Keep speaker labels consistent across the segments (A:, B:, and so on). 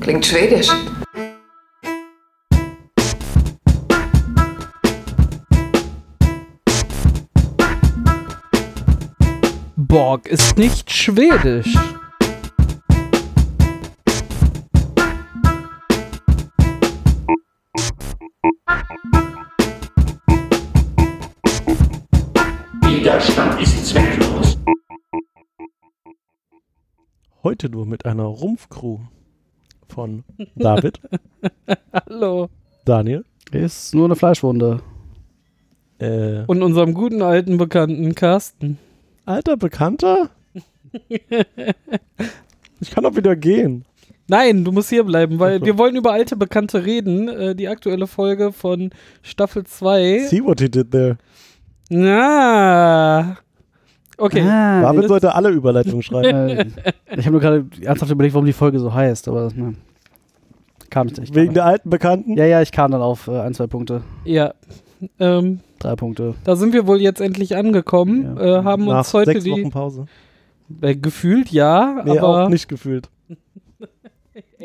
A: Klingt schwedisch.
B: Borg ist nicht schwedisch.
C: Widerstand ist zwecklos.
D: Heute nur mit einer Rumpfcrew von David,
B: Hallo.
D: Daniel,
E: Ist nur eine Fleischwunde.
D: äh,
B: Und unserem guten alten Bekannten Carsten.
D: alter Bekannter. Ich kann doch wieder gehen.
B: Nein, du musst hier bleiben, weil
D: Ach so.
B: wir wollen über alte Bekannte reden. Äh, die aktuelle Folge von Staffel 2.
D: See what he did there.
B: Na. Okay.
E: Ah,
D: David
B: das-
D: sollte alle Überleitungen schreiben.
E: äh, ich habe nur gerade ernsthaft überlegt, warum die Folge so heißt, aber das, ne, kam ich nicht.
D: Wegen der alten Bekannten.
E: ja, ja, ich kam dann auf äh, ein, zwei Punkte,
B: Ja. Ähm,
E: drei Punkte.
B: da sind wir wohl jetzt endlich angekommen.
E: Ja.
B: Äh, haben
D: Nach
B: uns heute
D: sechs Wochen
B: die.
D: Pause.
B: Äh, gefühlt ja,
D: Nee,
B: aber.
D: auch nicht gefühlt.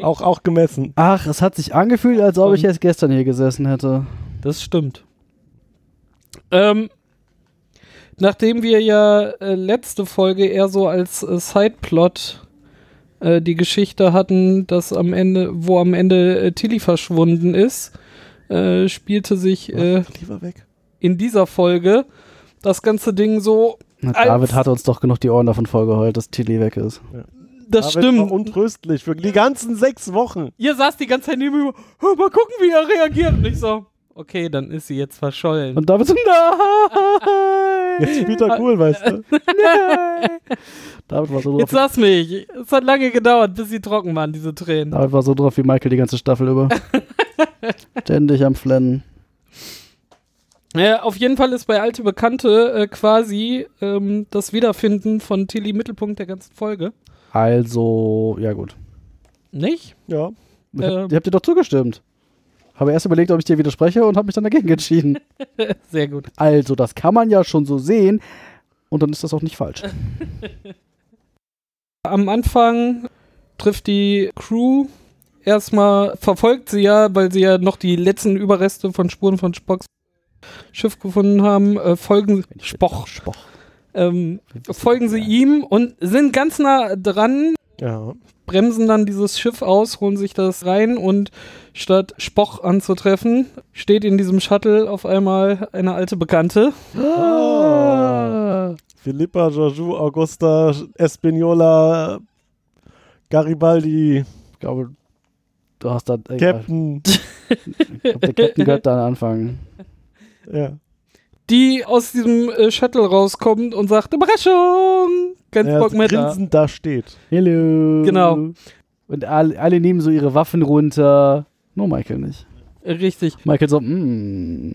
D: auch, auch gemessen.
E: Ach, es hat sich angefühlt, als ob ich
B: Und-
E: erst gestern hier gesessen hätte.
B: Das stimmt. Ähm, nachdem wir ja äh, letzte Folge eher so als äh, Sideplot äh, die Geschichte hatten, dass am Ende, wo am Ende äh, Tilly verschwunden ist, äh, spielte sich äh,
D: Lieber weg.
B: in dieser Folge das ganze Ding so.
E: Na,
B: Als-
E: David hatte uns doch genug die Ohren davon vollgeheult, dass Tilly weg ist.
B: Das
D: David War
B: stimmt.
D: untröstlich für die ganzen sechs Wochen.
B: Ihr saß die ganze Zeit neben mir. "Hör, Mal gucken, wie er reagiert. Und ich so. Okay, dann ist sie jetzt verschollen.
E: Und David so, nein!
D: Jetzt spielt er cool, weißt du.
E: David war, so
B: Jetzt
E: drauf,
B: lass mich. Es hat lange gedauert, bis sie trocken waren, diese Tränen.
E: David war so drauf wie Michael die ganze Staffel über. Ständig am Flennen.
B: Äh, auf jeden Fall ist bei Alte Bekannte äh, quasi ähm, das Wiederfinden von Tilly Mittelpunkt der ganzen Folge.
E: Also, ja gut.
B: Nicht?
D: Ja.
E: Ich
B: Ähm.
E: hab, ihr habt dir doch zugestimmt. Habe erst überlegt, ob ich dir widerspreche und habe mich dann dagegen entschieden.
B: Sehr gut.
E: Also, das kann man ja schon so sehen. Und dann ist das auch nicht falsch.
B: Äh, Am Anfang trifft die Crew erstmal, verfolgt sie ja, weil sie ja noch die letzten Überreste von Spuren von Spocks Schiff gefunden haben, äh, folgen Spoch.
E: Spoch.
B: Ähm, folgen sie ihm und sind ganz nah dran,
D: Ja.
B: bremsen dann dieses Schiff aus, holen sich das rein und statt Spoch anzutreffen, steht in diesem Shuttle auf einmal eine alte Bekannte.
D: Ah. Philippa, Georgiou, Augusta, Espinola, Garibaldi,
E: Ich glaube, du hast da. Egal.
D: Captain.
E: Ich glaub, der Captain gehört da an Anfang.
D: Ja.
B: Die aus diesem äh, Shuttle rauskommt und sagt: Überraschung! Ganz
D: Ja,
B: Bock mit.
D: grinsend da steht.
E: Hello.
B: Genau.
E: Und alle, alle nehmen so ihre Waffen runter. Nur Michael nicht.
B: Richtig.
E: Michael so, mm,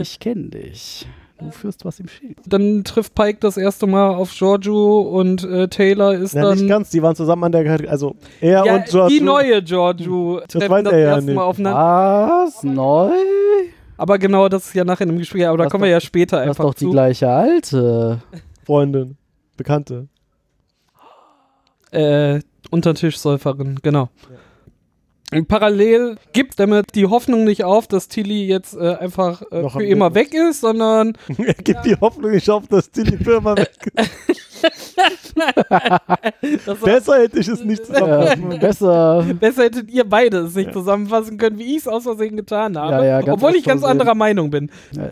E: ich kenne dich. Du führst was im Schild.
B: Dann trifft Pike das erste Mal auf Giorgio und äh, Taylor ist
D: Ja,
B: dann.
D: nicht ganz, die waren zusammen an der Also er
B: ja,
D: und George.
B: die neue Giorgio
D: weiß
B: treffen das
D: er ja
B: erste
D: nicht.
B: Mal aufeinander.
E: Was? Neu?
B: Aber genau, das ist ja nachher im Gespräch, aber da
E: Das
B: kommen wir
E: doch-
B: ja später
E: Das ist
B: einfach
E: doch die
B: zu.
E: gleiche alte.
D: Freundin. Bekannte.
B: äh, Untertischsäuferin, genau. Parallel gibt damit die Hoffnung nicht auf, dass Tilly jetzt äh, einfach äh,
D: Noch
B: für
D: am
B: immer
D: Leben
B: weg ist, sondern
D: er gibt die Hoffnung nicht auf, dass Tilly Firma weg ist. Besser hätte ich es nicht zusammen.
E: Ja, besser.
B: besser hättet ihr beide es nicht zusammenfassen können, wie ich es aus Versehen getan habe,
E: Ja, ja, ganz
B: obwohl
E: aus
B: ich ganz
E: Versehen.
B: anderer Meinung bin.
E: Ja,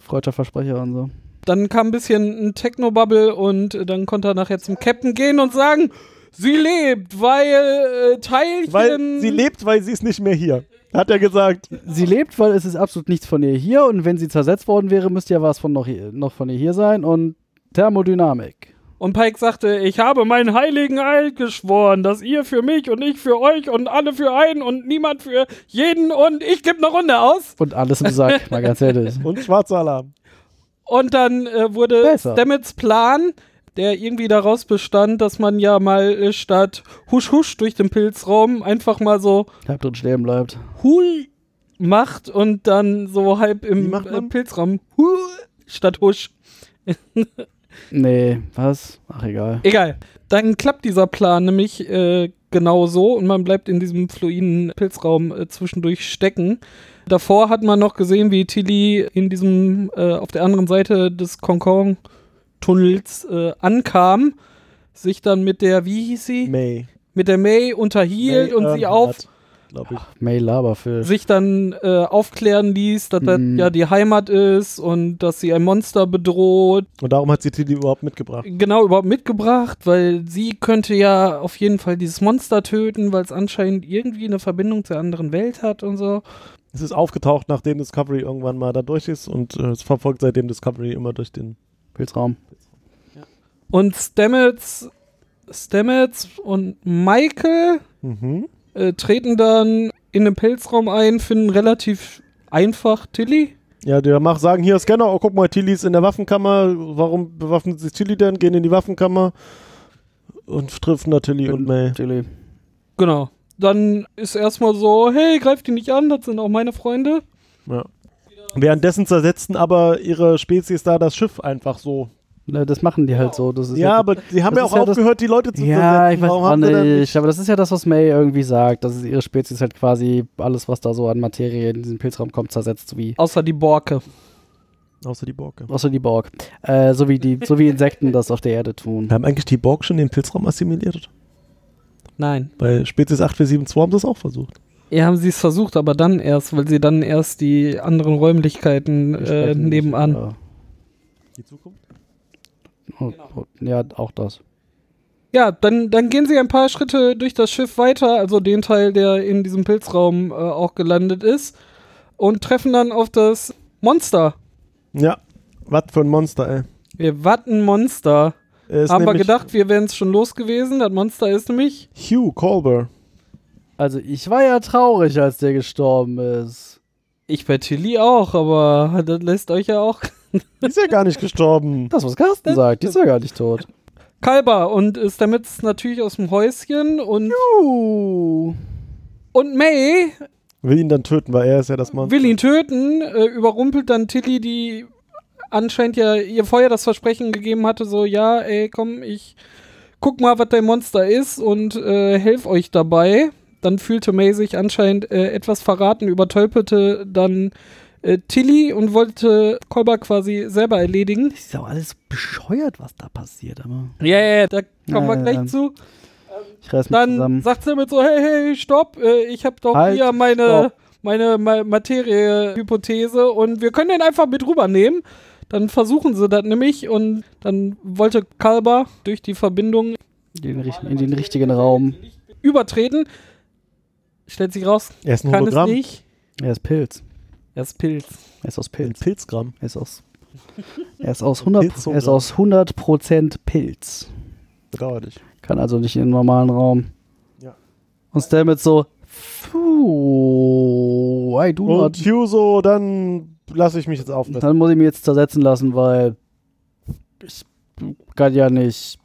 E: Freudscher Versprecher und so.
B: Dann kam ein bisschen ein Technobubble und äh, dann konnte er nachher zum Captain gehen und sagen, sie lebt, weil äh, Teilchen...
D: Weil sie lebt, weil sie ist nicht mehr hier. Hat er gesagt.
E: Sie lebt, weil es ist absolut nichts von ihr hier und wenn sie zersetzt worden wäre, müsste ja was von noch, hier, noch von ihr hier sein und Thermodynamik.
B: Und Pike sagte, ich habe meinen heiligen Eid geschworen, dass ihr für mich und ich für euch und alle für einen und niemand für jeden und ich gebe eine Runde aus.
E: Und alles im Sack, mal ganz ehrlich.
D: Und schwarzer Alarm.
B: Und dann äh, wurde
E: Besser.
B: Stamets Plan, der irgendwie daraus bestand, dass man ja mal äh, statt husch husch durch den Pilzraum einfach mal so
E: Halb drin stehen bleibt.
B: hui macht und dann so halb
D: Wie
B: im
D: macht
B: äh,
D: man?
B: Pilzraum hu statt husch.
E: Nee, was? Ach egal.
B: Egal. Dann klappt dieser Plan nämlich äh, genau so und man bleibt in diesem fluiden Pilzraum äh, zwischendurch stecken. Davor hat man noch gesehen, wie Tilly in diesem, äh, auf der anderen Seite des Concon-Tunnels äh, ankam, sich dann mit der, wie hieß sie?
D: May.
B: mit der May unterhielt
D: May ähm,
B: und sie auf,
D: Glaube ich.
E: May Laberfisch.
B: sich dann äh, aufklären ließ, dass das
E: Mhm.
B: ja die Heimat ist und dass sie ein Monster bedroht.
D: Und darum hat sie Tilly überhaupt mitgebracht.
B: genau überhaupt mitgebracht, weil sie könnte ja auf jeden Fall dieses Monster töten, weil es anscheinend irgendwie eine Verbindung zur anderen Welt hat und so.
D: Es ist aufgetaucht, nachdem Discovery irgendwann mal da durch ist und äh, es verfolgt seitdem Discovery immer durch den.
E: Pilzraum.
B: Und Stamets, Stamets und Michael
D: Mhm.
B: äh, treten dann in den Pelzraum ein, finden relativ einfach Tilly.
D: Ja, die mach, sagen hier Scanner, oh guck mal, Tilly ist in der Waffenkammer. Warum bewaffnet sich Tilly denn? Gehen in die Waffenkammer und treffen da Tilly und May.
E: Tilly.
B: Genau. Dann ist erstmal so, hey, greift die nicht an, das sind auch meine Freunde.
D: Ja. Währenddessen zersetzten aber ihre Spezies da das Schiff einfach so.
E: Na, Das machen die halt so. Das ist
D: Ja, aber sie haben
E: das
D: ja
E: ist
D: auch
E: ja das-
D: aufgehört, die Leute zu
E: Ja, ich
D: zersetzen.
E: weiß
D: Warum
E: auch
D: haben sie dann
E: nicht, aber das ist ja das, was May irgendwie sagt. Das ist ihre Spezies halt quasi alles, was da so an Materie in diesen Pilzraum kommt, zersetzt wie.
B: Außer die Borke.
D: Außer die Borg. Ja.
E: Außer die Borg. Äh, so, wie die, so wie Insekten das auf der Erde tun.
D: Haben eigentlich die Borg schon den Pilzraum assimiliert?
B: Nein.
D: Bei Spezies 8472 haben sie es auch versucht.
B: Ja, haben sie es versucht, aber dann erst, weil sie dann erst die anderen Räumlichkeiten
E: Wir
B: äh,
E: sprechen nicht
B: nebenan.
E: über-
D: Die Zukunft?
E: Oh, oh, ja, auch das.
B: Ja, dann, dann gehen sie ein paar Schritte durch das Schiff weiter, also den Teil, der in diesem Pilzraum äh, auch gelandet ist, und treffen dann auf das Monster.
D: Ja, was für ein Monster, ey.
B: Wir watten Monster.
D: Er ist
B: Haben wir
D: nämlich
B: gedacht, wir wären es schon los gewesen. Das Monster ist nämlich.
D: Hugh Colbert.
E: Also, ich war ja traurig, als der gestorben ist.
B: Ich bei Tilly auch, aber das lässt euch ja auch.
D: Ist ja gar nicht gestorben.
E: Das, was Carsten sagt, die ist ja gar nicht tot.
B: Kalber und ist damit natürlich aus dem Häuschen und.
E: Uh.
B: Oh. Und May
D: Will ihn dann töten, weil er ist ja das Monster.
B: will ihn töten, äh, überrumpelt dann Tilly, die anscheinend ja ihr vorher das Versprechen gegeben hatte, so, ja, ey, komm, ich guck mal, was dein Monster ist und äh, helf euch dabei. Dann fühlte May sich anscheinend äh, etwas verraten, übertölpelte dann äh, Tilly und wollte Kolber quasi selber erledigen.
E: Das ist auch alles bescheuert, was da passiert, aber.
B: Ja, ja, ja, da kommen wir
E: Ja, ja,
B: gleich
E: ja.
B: zu.
E: Ich reiß mich
B: Dann
E: zusammen.
B: sagt sie mit so, hey, hey, stopp, äh, ich habe doch
E: Halt,
B: hier
E: stopp.
B: meine, meine Ma Materie-Hypothese und wir können den einfach mit rübernehmen. Dann versuchen sie das nämlich und dann wollte Kalber durch die Verbindung
E: Den, richt- in den richtigen Raum.
B: übertreten. Stellt sich raus,
D: Er ist ein
B: kann
D: Hologramm.
B: es nicht.
E: Er ist Pilz.
B: Er ist Pilz.
E: Er ist aus
D: Ein
E: Pilz.
D: Pilzgramm.
E: Er ist aus. Er ist aus 100,
D: Pilz,
E: er ist
D: oder?
E: aus 100 Pilz.
D: Bedauer dich.
E: Kann also nicht in den normalen Raum.
D: Ja.
E: Und Stamets so. Puh, I do
D: Und
E: not.
D: Hugh so, dann lasse ich mich jetzt aufmessen.
E: Dann muss ich mich jetzt zersetzen lassen, weil ich kann ja nicht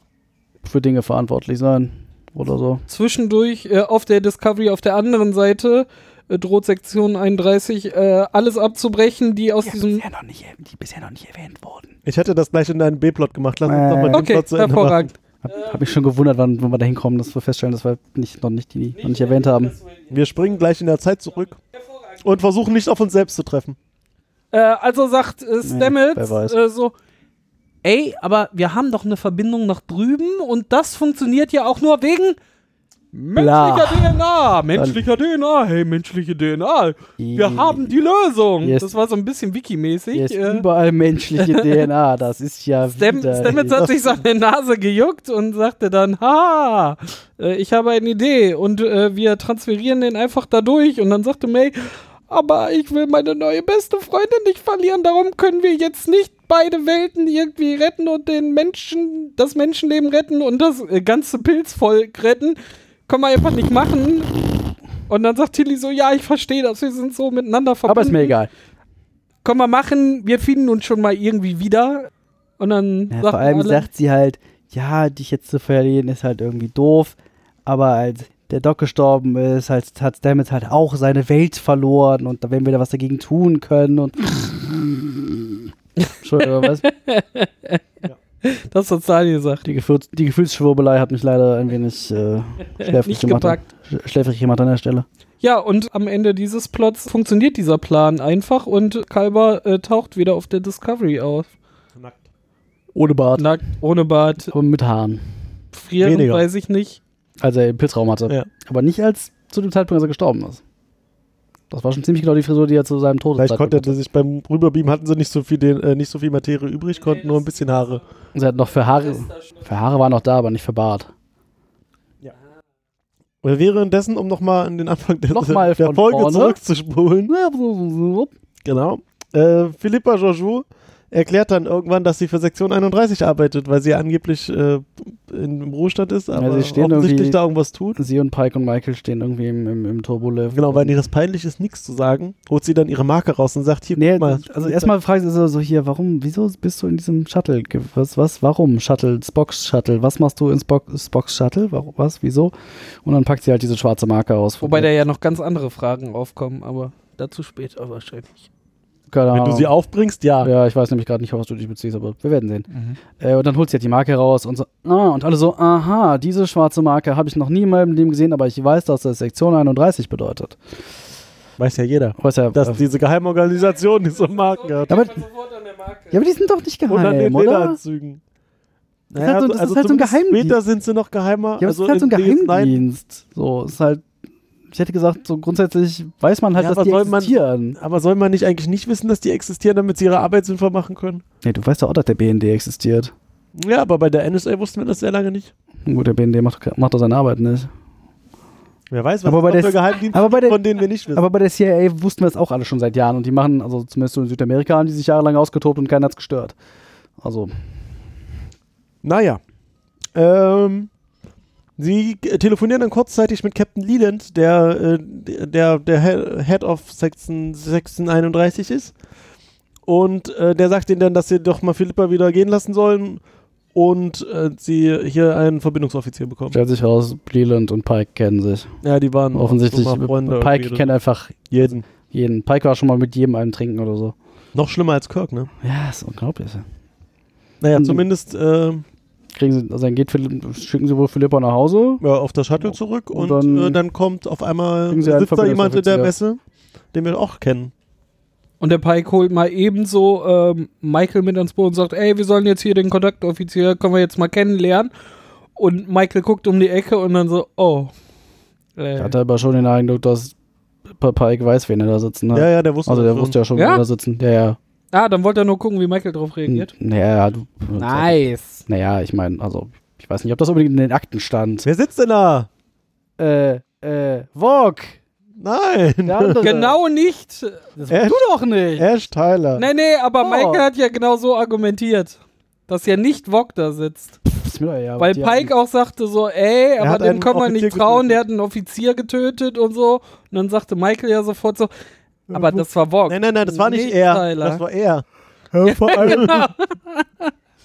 E: für Dinge verantwortlich sein. Oder so.
B: Zwischendurch äh, auf der Discovery auf der anderen Seite äh, droht Sektion 31 äh, alles abzubrechen, die aus diesem
E: noch nicht, die bisher noch nicht erwähnt wurden.
D: Ich hätte das gleich in deinen B-Plot gemacht. Lass uns
E: Äh.
D: nochmal den
B: Okay,
D: Plot zu Ende machen.
B: hervorragend.
E: Hab, hab mich schon gewundert, wann, wann wir da hinkommen, dass wir feststellen, dass wir nicht, noch nicht die noch nicht erwähnt haben.
D: Wir springen gleich in der Zeit zurück und versuchen nicht auf uns selbst zu treffen.
B: Äh, also sagt äh,
E: wer
B: Stamets
E: weiß.
B: äh, so, ey, aber wir haben doch eine Verbindung nach drüben und das funktioniert ja auch nur wegen
E: Bla.
B: menschlicher DNA, menschlicher DNA, hey, menschliche DNA, wir
E: I-
B: haben die Lösung.
E: Yes.
B: Das war so ein bisschen Wiki-mäßig.
E: Hier ist
B: äh,
E: überall menschliche DNA. Das ist ja
B: Stam
E: wieder.
B: Stamets hat sich seine Nase gejuckt und sagte dann, ha, äh, ich habe eine Idee und äh, wir transferieren den einfach da durch. Und dann sagte May, aber ich will meine neue beste Freundin nicht verlieren, darum können wir jetzt nicht beide Welten irgendwie retten und den Menschen, das Menschenleben retten und das äh, ganze Pilzvolk retten. Können wir einfach nicht machen. Und dann sagt Tilly so, ja, ich verstehe das, wir sind so miteinander verbunden
E: aber ist mir egal.
B: komm mal machen, wir finden uns schon mal irgendwie wieder. Und dann
E: Ja,
B: sagten
E: vor allem
B: alle,
E: sagt sie halt, ja, dich jetzt zu verlieren ist halt irgendwie doof. Aber als der Doc gestorben ist, halt, hat Stamets halt auch seine Welt verloren und da werden wir da was dagegen tun können. Und Entschuldigung, was?
B: Das hat Sali gesagt.
E: Die, Gefühls die Gefühlsschwurbelei hat mich leider ein wenig äh, schläfrig
B: Nicht
E: gemacht.
B: gepackt.
E: Sch- Schläfrig gemacht an der Stelle.
B: Ja, und am Ende dieses Plots funktioniert dieser Plan einfach und Kalber äh, taucht wieder auf der Discovery auf.
D: Nackt.
E: Ohne Bart.
B: Nackt, ohne Bart,
E: Aber mit Haaren.
B: frieren,
D: Weniger.
B: weiß ich nicht.
E: Als er im Pilzraum hatte.
D: Ja.
E: Aber nicht als zu dem Zeitpunkt, als er gestorben ist. Das war schon ziemlich genau die Frisur, die er zu seinem Tod
D: Vielleicht konnte er sich beim Rüberbeamen hatten sie nicht so viel, den, äh, nicht so viel Materie übrig, konnten nur ein bisschen Haare.
E: Und sie hat noch für Haare. Für Haare war noch da, aber nicht für Bart.
D: Oder währenddessen, um nochmal an den Anfang der,
E: Nochmal
D: der
E: von
D: Folge
E: vorne.
D: zurückzuspulen, Genau. Äh, Philippa Georgiou erklärt dann irgendwann, dass sie für Sektion 31 arbeitet, weil sie ja angeblich äh, in, im Ruhestand ist, aber
E: sie stehen
D: offensichtlich
E: irgendwie-
D: da irgendwas tut.
E: Sie und Pike und Michael stehen irgendwie im, im, im Turbolift.
D: Genau, weil ihr das peinlich ist, nichts zu sagen, holt sie dann ihre Marke raus und sagt, hier,
E: Nee,
D: guck mal.
E: also erstmal fragst du so, so hier, warum, wieso bist du in diesem Shuttle? Ge- Was, was, warum? Shuttle, Spocks Shuttle, was machst du in Spock, Spocks Shuttle? Warum, was, wieso? Und dann packt sie halt diese schwarze Marke aus.
B: Wobei da ja noch ganz andere Fragen aufkommen, aber dazu später wahrscheinlich.
E: keine
D: Wenn du
E: Ahnung.
D: sie aufbringst, ja.
E: Ja, ich weiß nämlich gerade nicht, auf was du dich beziehst, aber wir werden sehen.
B: Mhm.
E: Äh, und dann holt sie halt die Marke raus und so, ah, und alle so, aha, diese schwarze Marke habe ich noch nie in meinem Leben gesehen, aber ich weiß, dass das Sektion 31 bedeutet.
D: Weiß ja jeder.
E: Weiß ja,
D: Dass
E: äh,
D: diese Geheimorganisation diese Marken hat.
E: aber,
B: Sofort an der Marke.
E: ja, aber die sind doch nicht
D: Und an
E: geheim,
D: den
E: oder?
D: Lederanzügen. also
E: ist halt so- das ist halt so ein
D: zumindest
E: Geheimdienst.
D: Später sind sie noch geheimer.
E: Ja, aber
D: also
E: es ist halt so ein
D: in DS9
E: Geheimdienst. So, es ist halt, ich hätte gesagt, so grundsätzlich weiß man halt,
D: Ja,
E: dass
D: aber
E: die
D: soll man-
E: existieren.
D: Aber soll man nicht eigentlich nicht wissen, dass die existieren, damit sie ihre Arbeit sinnvoll machen können?
E: Nee, du weißt doch auch, dass der BND existiert.
D: Ja, aber bei der NSA wussten wir das sehr lange nicht.
E: Gut, der BND macht, macht doch seine Arbeit nicht.
D: Wer weiß, was
E: Aber
D: es
E: bei
D: noch
E: der-
D: für Geheimdienste
E: aber bei der-
D: von denen wir nicht wissen.
E: Aber bei der CIA wussten wir es auch alle schon seit Jahren und die machen, also zumindest so in Südamerika, haben die sich jahrelang ausgetobt und keiner hat's gestört. Also,
D: naja. Ähm, sie äh, telefonieren dann kurzzeitig mit Captain Leland, der, äh, der, der He- Head of Section, Section 31 ist. Und äh, der sagt ihnen dann, dass sie doch mal Philippa wieder gehen lassen sollen und äh, sie hier einen Verbindungsoffizier bekommen.
E: stellt sich raus, Leland und Pike kennen sich.
D: Ja, die waren
E: Offensichtlich,
D: schon mal Hm, Freunde
E: Pike
D: irgendwie.
E: kennt einfach
D: jeden.
E: jeden. Pike war schon mal mit jedem einen trinken oder so.
D: Noch schlimmer als Kirk, ne?
E: Ja, ist unglaublich.
D: Naja,
E: Mhm.
D: zumindest ähm,
E: Kriegen sie, also dann geht Philipp, schicken sie wohl Philippa nach Hause
D: ja, äh, auf das Shuttle zurück und,
E: Genau. Und dann-
D: äh, dann kommt auf einmal äh,
E: Kriegen sie einen
D: sitzt da jemand in der
E: Verbindungsoffizier.
D: Messe, den wir auch kennen.
B: Und der Pike holt mal ebenso ähm, Michael mit ans Boot und sagt, ey, wir sollen jetzt hier den Kontaktoffizier, können wir jetzt mal kennenlernen. Und Michael guckt um die Ecke und dann so, oh. Äh,
E: Ich hatte aber schon den Eindruck, dass Pa- Pike weiß, wen er da sitzen hat.
D: Ja, ja, der wusste
E: also
D: das
E: der
D: schon.
E: wusste ja schon,
B: Ja?
E: wen er da sitzen. Ja, ja.
B: ah, dann wollte er nur gucken, wie Michael drauf reagiert.
E: Naja, ja, du.
D: Hm.
B: Nice.
E: Naja, ich meine, also, ich weiß nicht, ob das unbedingt in den Akten stand.
D: Wer sitzt denn da?
E: Äh, äh, Vogue!
D: Nein!
E: Der andere.
B: Genau nicht.
E: Das
D: Äh,
E: äh, du doch nicht!
D: Ash Tyler.
B: Nee, nee, aber
E: Oh.
B: Michael hat ja genau so argumentiert, dass ja nicht Wok da sitzt.
E: Ist mir doch egal,
B: Weil
E: ob die
B: Pike auch sagte so, ey, aber
D: hat
B: dem
D: einen
B: können wir
D: Offizier
B: nicht trauen,
D: getötet.
B: der hat einen Offizier getötet und so. Und dann sagte Michael ja sofort so, aber das war Wok.
D: Nein, nein, nein, das war nicht,
B: Nicht
D: er.
B: Tyler.
D: Das war er.
E: Ja, vor allem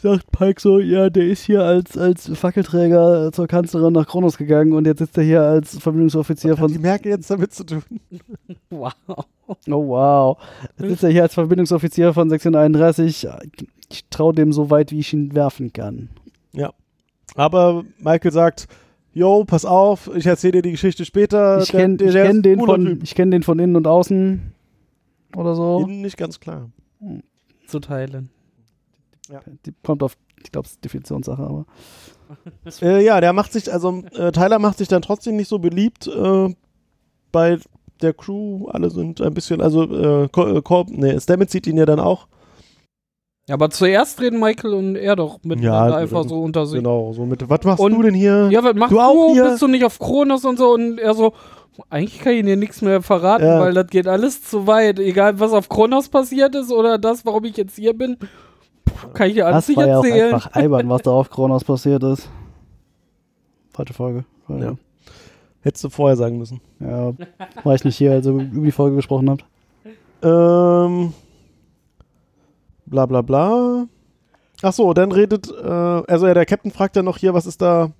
E: sagt Pike so, ja, der ist hier als, als Fackelträger zur Kanzlerin nach Kronos gegangen und jetzt sitzt er hier als Verbindungsoffizier
D: Hat die
E: von...
D: Merkel jetzt damit zu tun?
B: Wow.
E: Oh, wow. Jetzt sitzt er hier als Verbindungsoffizier von Sektion 31. Ich traue dem so weit, wie ich ihn werfen kann.
D: Aber Michael sagt, yo, pass auf, ich erzähle dir die Geschichte später.
E: Ich kenne
D: Äh, der ist
E: kenn
D: ein
E: den,
D: cooler
E: von-
D: Typ.
E: ich kenn den von innen und außen oder so.
D: Ihnen nicht ganz klar.
B: Zu teilen.
E: Die kommt auf, ich glaube, es ist Definitionssache, aber
D: Äh, ja, der macht sich, also äh, Tyler macht sich dann trotzdem nicht so beliebt äh, bei der Crew. Alle sind ein bisschen, also äh, Cor- äh, Corb, nee, Stamets sieht ihn ja dann auch.
B: Ja, aber zuerst reden Michael und er doch miteinander
D: Ja,
B: einfach
D: äh,
B: so unter sich.
D: Genau, so mit, was machst
B: Also Und-
D: du denn hier?
B: Ja, was machst
D: Du
B: du?
D: auch hier?
B: Bist du nicht auf Kronos und so? Und er so, eigentlich kann ich dir nichts mehr verraten,
D: Ja.
B: weil das geht alles zu weit. Egal, was auf Kronos passiert ist oder das, warum ich jetzt hier bin, pff, kann ich dir alles
E: das
B: nicht
E: war ja auch
B: erzählen.
E: einfach albern, was da auf Kronos passiert ist. Falsche Folge.
D: Ja. Hättest du vorher sagen müssen.
E: Ja, war ich nicht hier, als ihr über die Folge gesprochen habt.
D: Ähm, bla bla bla. Ach so, dann redet, äh, also ja, der Captain fragt dann noch hier, was ist da,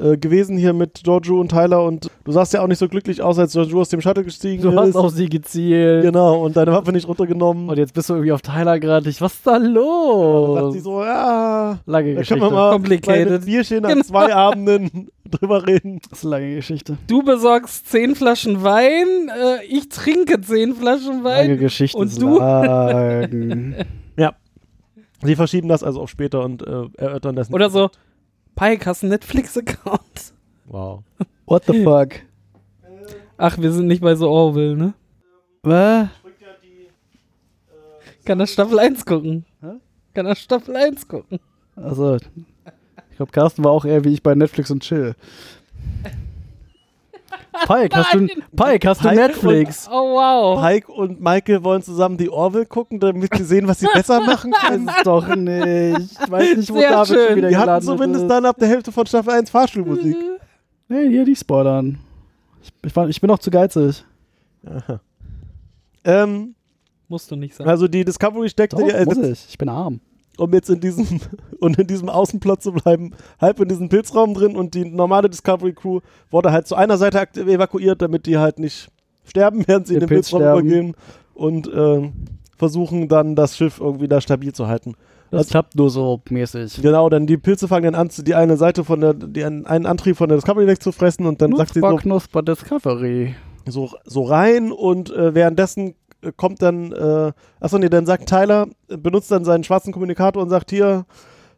D: äh, äh, gewesen hier mit Giorgio und Tyler und du sahst ja auch nicht so glücklich aus, als Giorgio aus dem Shuttle gestiegen
E: Du hast
D: ist.
E: auf sie gezielt.
D: genau, und deine Waffe nicht runtergenommen.
E: Und jetzt bist du irgendwie auf Tyler gerade. Ich, was ist da
D: Und dann sagt
E: los?
D: sie so, ja,
E: lange
D: da
E: Geschichte.
D: können wir mal
B: Complicated.
D: bei einem Bierchen nach
B: Genau.
D: zwei Abenden drüber reden.
E: das ist eine lange Geschichte.
B: Du besorgst zehn Flaschen Wein, äh, ich trinke zehn Flaschen
E: Lange
B: Wein.
E: Geschichten
B: und
E: sind
B: du?
E: lang.
D: Ja. Sie verschieben das also auf später und äh, erörtern das
B: Oder so, Pike, hast einen Netflix-Account?
D: Wow.
E: What the fuck?
B: Ach, wir sind nicht bei so Orwell, ne?
E: Was?
B: Kann er Staffel 1 gucken?
E: Hä?
B: Kann er Staffel 1 gucken?
E: Also, ich glaube, Carsten war auch eher wie ich bei Netflix und Chill. Pike, hast du,
B: Nein!
E: Pike, hast du
D: Pike
E: Netflix?
B: Oh, wow.
D: Pike und Michael wollen zusammen die Orville gucken, damit sie sehen, was sie besser machen
E: Weiß
D: können.
E: es doch nicht. Ich weiß nicht, wo
B: Sehr
E: David schon
B: schön.
E: wieder
D: Die hatten
E: gelandet
D: zumindest
E: ist.
D: dann ab der Hälfte von Staffel 1 Fahrstuhlmusik.
E: Nee, hier nicht spoilern. Ich, ich, war, ich bin noch zu geizig.
D: Ähm,
B: Musst du nicht sagen.
D: also die Discovery steckte
E: Doch,
D: ja, äh,
E: muss ich. Ich bin arm.
D: um jetzt in diesem und in diesem Außenplot zu bleiben, halb in diesem Pilzraum drin und die normale Discovery Crew wurde halt zu einer Seite akt- evakuiert, damit die halt nicht sterben, während sie in
E: Den
D: den
E: Pilz
D: Pilzraum
E: sterben.
D: übergehen und ähm, versuchen dann das Schiff irgendwie da stabil zu halten.
E: Das klappt nur so mäßig.
D: Genau, dann die Pilze fangen dann an, zu- die eine Seite von der, die einen, einen Antrieb von der Discovery wegzufressen und dann sagt sie
E: Knusper,
D: so,
E: Knusper Discovery.
D: so, so rein und äh, währenddessen äh, kommt dann, äh, achso, nee, dann sagt Tyler, äh, benutzt dann seinen schwarzen Kommunikator und sagt hier,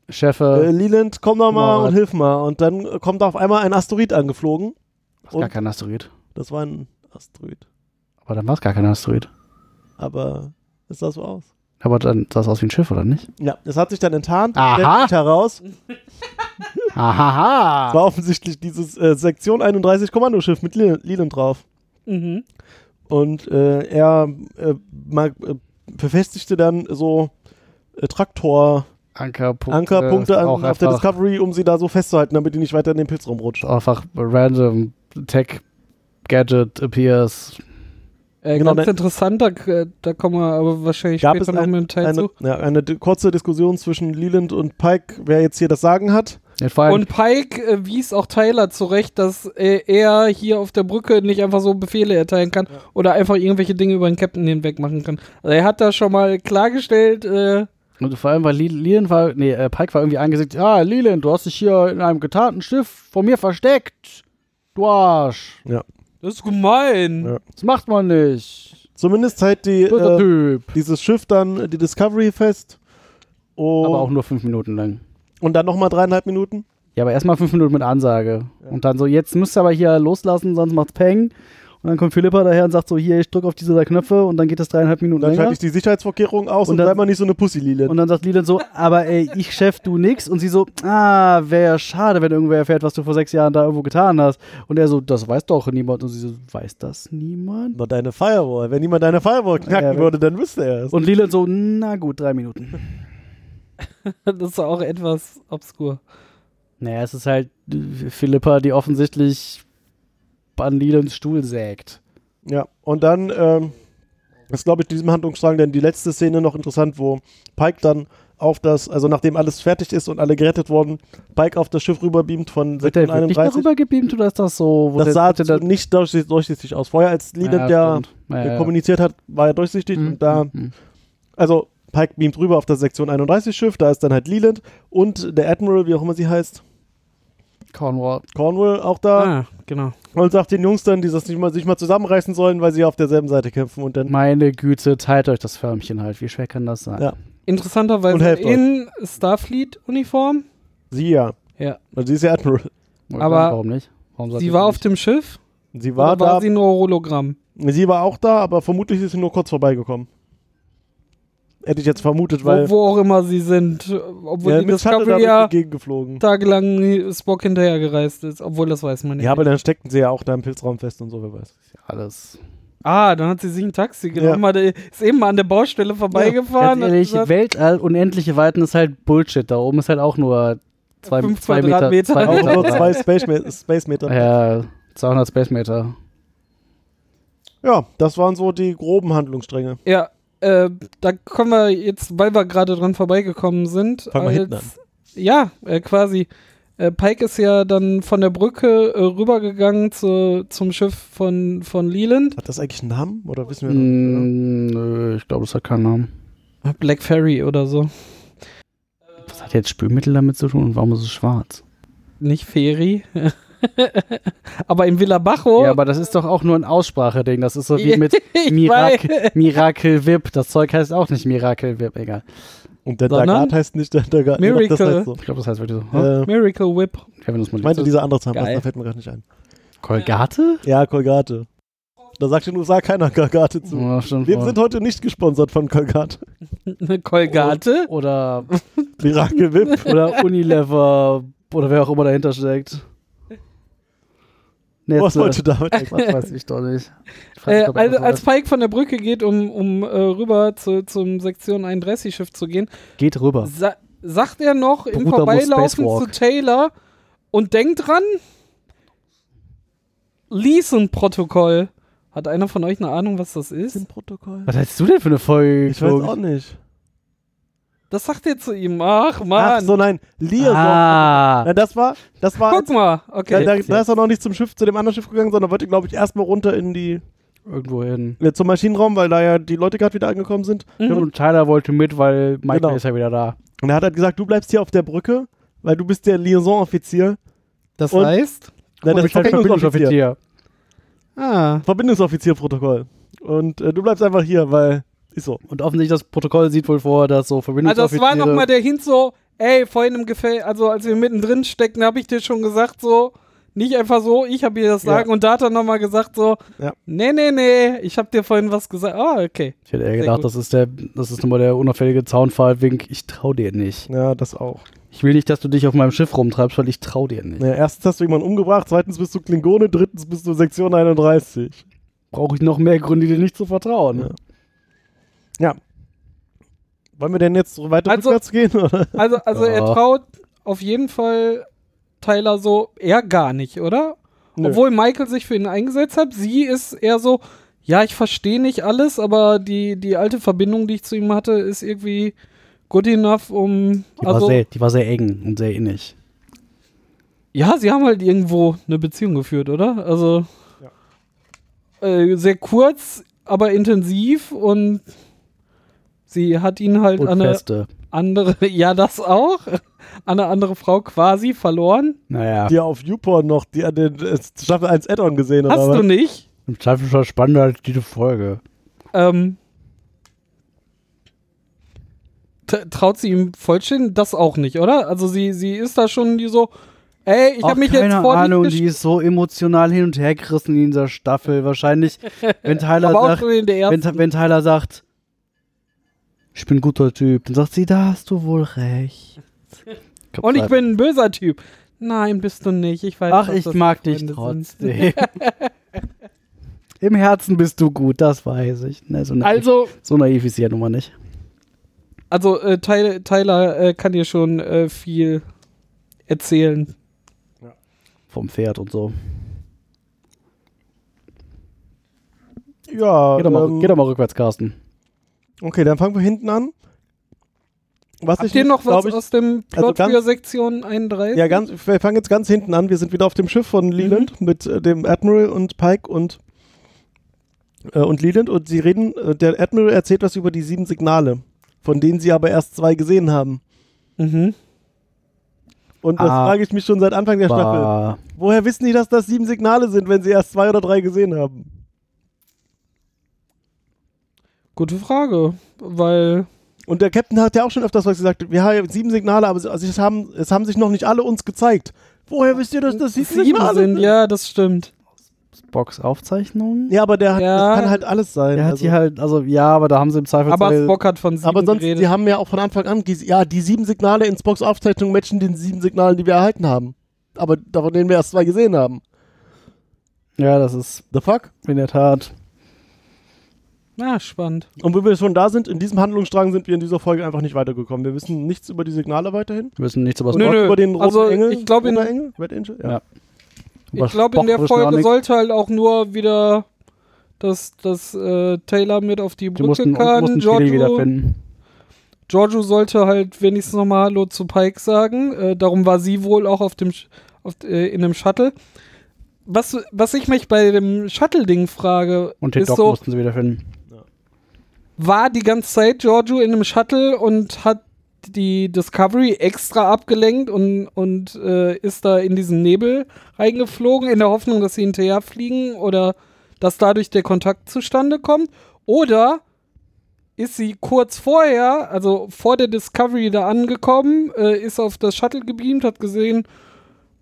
D: äh,
E: Chefe.
D: Leland, komm doch mal
E: Lord.
D: und hilf mal. Und dann äh, kommt auf einmal ein Asteroid angeflogen.
E: Äh, gar
D: Und
E: kein Asteroid.
D: das war ein Asteroid.
E: Aber dann war es gar kein Asteroid.
D: Aber es sah so aus.
E: Aber dann sah es aus wie ein Schiff, oder nicht?
D: Ja, es hat sich dann enttarnt,
E: Aha.
D: stellt sich heraus, es
E: Hahaha.
D: war offensichtlich dieses äh, Sektion 31 Kommandoschiff mit Lil- Leland drauf.
B: mhm.
D: Und äh, er äh, mal, äh, befestigte dann so äh, Traktor-Ankerpunkte
E: Ankerpunkte.
D: an,
E: auch
D: auf der
E: einfach-
D: Discovery, um sie da so festzuhalten, damit die nicht weiter in den Pilzraum rutscht.
E: einfach random Tech Gadget appears.
B: Äh,
D: Genau,
B: ganz
D: da-
B: interessanter, äh, da kommen wir aber wahrscheinlich
D: Gab
B: später
D: es
B: noch
D: ein-
B: mit dem Teil
D: Eine,
B: zu.
D: ja, eine di- kurze Diskussion zwischen Leland und Pike, wer jetzt hier das Sagen hat.
E: Ja, vor allem,
B: Und Pike äh, wies auch Tyler zurecht, dass äh, er hier auf der Brücke nicht einfach so Befehle erteilen kann oder einfach irgendwelche Dinge über den Captain hinweg machen kann. Also er hat da schon mal klargestellt, äh,
E: und vor allem war Lil- Leland war, nee, äh, Pike war irgendwie angesagt, ah, Leland, du hast dich hier in einem getarnten Schiff vor mir versteckt. Du Arsch.
B: das ist gemein.
D: Ja.
E: Das macht man nicht.
D: Zumindest hält die,
E: Böser
D: äh,
E: Typ.
D: dieses Schiff dann äh, die Discovery fest. Und,
E: Aber auch nur fünf Minuten lang.
D: und dann nochmal dreieinhalb Minuten.
E: Ja, aber erstmal fünf Minuten mit Ansage. Und dann so, jetzt müsst ihr aber hier loslassen, sonst macht's Peng. Und dann kommt Philippa daher und sagt so, hier, ich drück auf diese drei Knöpfe und dann geht das dreieinhalb Minuten
D: Und dann
E: länger.
D: schalte ich die Sicherheitsvorkehrungen aus
E: Und
D: und,
E: dann-
D: bleib mal nicht so eine Pussy, Leland.
E: Und dann sagt Leland so, aber ey, ich Chef, du nix. Und sie so, ah, wäre schade, wenn irgendwer erfährt, was du vor sechs Jahren da irgendwo getan hast. Und er so, das weiß doch niemand. Und sie so, weiß das niemand?
D: Aber deine Firewall. Wenn niemand deine Firewall
E: Ja,
D: knacken
E: wenn-
D: würde, dann wüsste er es.
E: Und Leland so, na gut, drei Minuten.
B: Das ist auch etwas obskur.
E: Naja, es ist halt äh, Philippa, die offensichtlich an Lelands Stuhl sägt.
D: Ja, und dann ähm, ist, glaube ich, diesem Handlungsstrang dann die letzte Szene noch interessant, wo Pike dann auf das, also nachdem alles fertig ist und alle gerettet wurden, Pike auf das Schiff rüberbeamt von
E: Wird der wirklich
D: 31.
E: darüber gebeamt oder ist das so? wo
D: Das
E: der-
D: sah
E: wird der
D: zu- nicht durchsichtig durchsichtig aus. Vorher, als Leland ja,
E: stimmt. Ja, ja.
D: kommuniziert hat, war er durchsichtig
E: Mhm,
D: und da,
E: mhm.
D: also Pike beamt rüber auf das Sektion 31 Schiff, da ist dann halt Leland und der Admiral, wie auch immer sie heißt,
E: Cornwall.
D: Cornwall auch da
B: Ah, genau.
D: und sagt den Jungs dann, die das nicht mal, sich mal zusammenreißen sollen, weil sie auf derselben Seite kämpfen und dann
E: Meine Güte, teilt euch das Förmchen halt. Wie schwer kann das sein?
D: Ja. Und
B: Interessanterweise
D: helft
B: in Starfleet-Uniform.
D: sie ja,
B: Ja.
D: also sie ist ja Admiral.
E: Okay,
B: Aber
E: warum nicht? Warum sollte
B: Sie
E: ich
B: war
E: nicht?
B: auf dem Schiff.
D: Sie war
B: oder war
D: da,
B: sie nur Hologramm?
D: Sie war auch da, aber vermutlich ist sie nur kurz vorbeigekommen. Hätte ich jetzt vermutet, weil
B: Wo, wo auch immer sie sind. Obwohl
D: ja,
B: die
D: mit Shuttle da
B: Discovery
D: durch
B: ja
D: die Gegend geflogen.
B: tagelang Spock hinterhergereist ist. Obwohl, das weiß man nicht.
D: Ja, aber dann steckten sie ja auch da im Pilzraum fest und so, wer weiß.
E: Alles.
B: ah, dann hat sie sich ein Taxi genommen. hat- Ist eben mal an der Baustelle vorbeigefahren.
E: Ganz
B: hat
E: ehrlich,
B: gesagt,
E: Weltall, unendliche Weiten ist halt Bullshit. Da oben ist halt auch nur zwei,
B: Fünf
E: zwei Meter.
B: Quadratmeter.
E: Zwei
D: Auch
E: Meter
D: nur
E: breit.
D: zwei Space, Me- Space Meter. Ja.
E: Ja, 200 Space Meter.
D: das waren so die groben Handlungsstränge.
B: ja, äh, da kommen wir jetzt, weil wir gerade dran vorbeigekommen sind.
D: Fangen wir hinten an.
B: Ja, äh, quasi. Äh, Äh, Pike ist ja dann von der Brücke äh, rübergegangen zu, zum Schiff von, von Leland.
D: Hat das eigentlich einen Namen? Oder wissen wir noch?
E: Mm, nö, ich glaube, das hat keinen Namen.
B: Black Ferry oder so.
E: Was hat jetzt Spülmittel damit zu tun und warum ist es schwarz?
B: Nicht Ferry. aber in Villa Bajo.
E: Ja, aber das ist doch auch nur ein Ausspracheding. Das ist so wie mit
B: Ich
E: Miracle,
B: weiß.
E: Miracle Whip. Das Zeug heißt auch nicht Miracle Whip, egal.
D: Und der
B: Sondern-
D: Dagat heißt nicht der Dagat. Nee, doch, das
B: Miracle.
D: heißt so.
E: Ich glaube, das heißt wirklich so. Hm?
D: Äh,
B: Miracle Whip.
E: Kevin, das mal
D: ich meinte
E: liest das.
D: dieser andere Zahnpasta,
B: Geil.
D: fällt mir gerade nicht ein.
E: Kolgate?
D: Ja, Colgate. Da sagt in den USA keiner Colgate zu.
E: Ja, stimmt
D: Wir
E: wohl.
D: sind heute nicht gesponsert von Colgate.
B: Eine Kolgate.
E: oder,
D: Miracle Whip.
E: oder Unilever oder wer auch immer dahinter steckt.
D: Was also wollte
E: Nestle.
D: damit eigentlich?
E: Was weiß ich doch nicht. Ich frag mich,
B: Äh,
E: ob
B: als,
E: Amazon
B: als
E: das-
B: Pike von der Brücke geht, um, um äh, rüber zu, zum Sektion 31-Schiff zu gehen,
E: Geht rüber.
B: sa sagt er noch im
E: Bruder muss
B: Vorbeilaufen zu
E: Spacewalk.
B: Taylor und denkt dran, Leeson-Protokoll. Hat einer von euch eine Ahnung, was das ist?
D: Protokoll?
E: Was hast du denn für eine Folge
D: Ich weiß
E: geguckt?
D: auch nicht.
B: Das sagt er zu ihm. Ach,
D: Ach
B: Mann.
D: so, nein. Liaison.
E: Ah,
D: Nein, das war, das war,
B: Guck mal.
D: da,
B: Okay.
D: da, da ist er noch nicht zum Schiff, zu dem anderen Schiff gegangen, sondern wollte, glaube ich, erstmal runter in die,
E: irgendwo hin.
D: äh, zum Maschinenraum, weil da ja die Leute gerade wieder angekommen sind.
B: Mhm.
E: Und Tyler wollte mit, weil Michael
D: Genau.
E: ist ja wieder da.
D: Und er hat halt gesagt, du bleibst hier auf der Brücke, weil du bist der Liaison-Offizier.
B: Das
D: und-
B: heißt?
D: Nein, das ist Verbindungsoffizier.
B: Ah.
D: Verbindungsoffizierprotokoll. Und äh, du bleibst einfach hier, weil, ist so.
E: Und offensichtlich das Protokoll sieht wohl vor, dass so
B: Also das
E: Verbindungsoffiziere...
B: war nochmal der Hint so, ey, vorhin im Gefängnis, also als wir mittendrin steckten, habe ich dir schon gesagt so, nicht einfach so, ich habe dir das
D: Ja.
B: sagen und da hat er nochmal gesagt so,
D: Ja.
B: nee, nee, nee, ich habe dir vorhin was gesagt. Ah, okay.
E: Ich hätte eher
B: Sehr
E: gedacht,
B: gut.
E: das ist, der, das ist nochmal der unauffällige Zaunfallwink. Ich trau dir nicht.
D: Ja, das auch.
E: Ich will nicht, dass du dich auf meinem Schiff rumtreibst, weil ich trau dir nicht.
D: Naja, erstens hast du jemanden umgebracht, zweitens bist du Klingone, drittens bist du Sektion 31.
E: Brauche ich noch mehr Gründe, dir nicht zu vertrauen.
D: Ja. Ja. Wollen wir denn jetzt weiter
B: Also-
D: rückwärts gehen? Oder?
B: Also, also er
E: Ja.
B: traut auf jeden Fall Tyler so eher gar nicht, oder?
D: Nö.
B: Obwohl Michael sich für ihn eingesetzt hat, sie ist eher so, ja, ich verstehe nicht alles, aber die, die alte Verbindung, die ich zu ihm hatte, ist irgendwie good enough, um.
E: Die, war sehr, die war sehr eng und sehr innig.
B: Ja, sie haben halt irgendwo eine Beziehung geführt, oder? Also äh, sehr kurz, aber intensiv und sie hat ihn halt
E: Und
B: an eine
E: feste.
B: andere, ja das auch, an eine andere Frau quasi verloren.
E: Naja,
D: Die auf YouPorn noch, die an den äh, Staffel 1 Add-on gesehen
B: Hast
D: oder
B: du nicht?
E: im Zweifel schon spannender als diese Folge.
B: Ähm, t- traut sie ihm vollständig das auch nicht, oder? Also sie, sie ist da schon die so, ey, ich
E: Ach,
B: habe mich
E: keine
B: jetzt vor dich
E: Ahnung,
B: gesch-
E: die ist so emotional hin und her gerissen in dieser Staffel. Wahrscheinlich, wenn Tyler
B: aber auch
E: sagt,
B: schon in der ersten.
E: wenn, wenn Tyler sagt, ich bin ein guter Typ, dann sagt sie, da hast du wohl recht.
B: Und ich bin ein böser Typ. Nein, bist du nicht. Ich weiß,
E: Ach,
B: dass
E: ich
B: das
E: mag
B: Freunde
E: dich
B: sind.
E: trotzdem. Im Herzen bist du gut, das weiß ich. Ne, so naiv,
B: Also,
E: so E naiv ist sie ja nun mal nicht.
B: also äh, Tyler, Tyler äh, kann dir schon äh, viel erzählen.
E: Vom Pferd und so.
D: was? Ja,
E: Geh doch mal,
D: ähm,
E: geh doch mal rückwärts, Carsten.
D: Okay, dann fangen wir hinten an. Was
B: Habt
D: ich
B: ihr noch was
D: glaub ich,
B: aus dem
D: also
B: Plot
D: ganz-
B: für Sektion 31?
D: Ja, ganz, wir fangen jetzt ganz hinten an. Wir sind wieder auf dem Schiff von Leland
B: Mhm.
D: mit äh, dem Admiral und Pike und, äh, und Leland. Und sie reden, äh, der Admiral erzählt was über die sieben Signale, von denen sie aber erst zwei gesehen haben.
B: Mhm.
D: Und das
E: Ah.
D: frage ich mich schon seit Anfang der Staffel.
E: Bah.
D: Woher wissen die, dass das sieben Signale sind, wenn sie erst zwei oder drei gesehen haben?
B: Gute Frage, weil
D: Und der Captain hat ja auch schon öfters was gesagt. Wir haben sieben Signale, aber sie- also es, haben, es haben sich noch nicht alle uns gezeigt. Woher wisst ihr, dass das sieben,
B: sieben
D: Signale
B: sind.
D: sind?
B: Ja, das stimmt.
E: Spocks Aufzeichnung?
D: Ja, aber der hat,
B: Ja.
D: das kann halt alles sein.
E: Der hat
D: also.
E: hier halt, also ja, aber da haben sie im Zweifel
B: Aber Spock hat von sieben
D: Aber sonst,
B: geredet.
D: die haben ja auch von Anfang an, die, ja, die sieben Signale in Spocks Aufzeichnung matchen den sieben Signalen, die wir erhalten haben. Aber davon, denen wir erst zwei gesehen haben.
E: Ja, das ist
D: The fuck?
E: in der Tat.
B: Na, spannend.
D: Und wenn wir schon da sind, in diesem Handlungsstrang sind wir in dieser Folge einfach nicht weitergekommen. Wir wissen nichts über die Signale weiterhin.
E: Wir wissen nichts über
D: Und
B: Nö,
E: Spock.
D: auch
B: nö.
D: über den roten
B: Also,
D: Engel.
B: ich glaub, in-
D: Roter Engel? Red Angel? Ja.
E: Ja.
B: Ich glaube, in der Folge sollte halt auch nur wieder, dass, dass äh, Taylor mit auf die
E: Die
B: Brücke
E: mussten,
B: kann.
E: mussten Chili
B: Giorgio-
E: wiederfinden.
B: Giorgio sollte halt wenigstens nochmal Hallo zu Pike sagen. Äh, darum war sie wohl auch auf dem, Sch- auf, äh, in dem Shuttle. Was, was ich mich bei dem Shuttle-Ding frage,
E: Und den
B: ist
E: Doc
B: so,
E: mussten sie wieder finden.
B: war die ganze Zeit Giorgio in dem Shuttle und hat die Discovery extra abgelenkt und, und äh, ist da in diesen Nebel reingeflogen, in der Hoffnung, dass sie hinterher fliegen oder dass dadurch der Kontakt zustande kommt? Oder ist sie kurz vorher, also vor der Discovery da angekommen, äh, ist auf das Shuttle gebeamt, hat gesehen,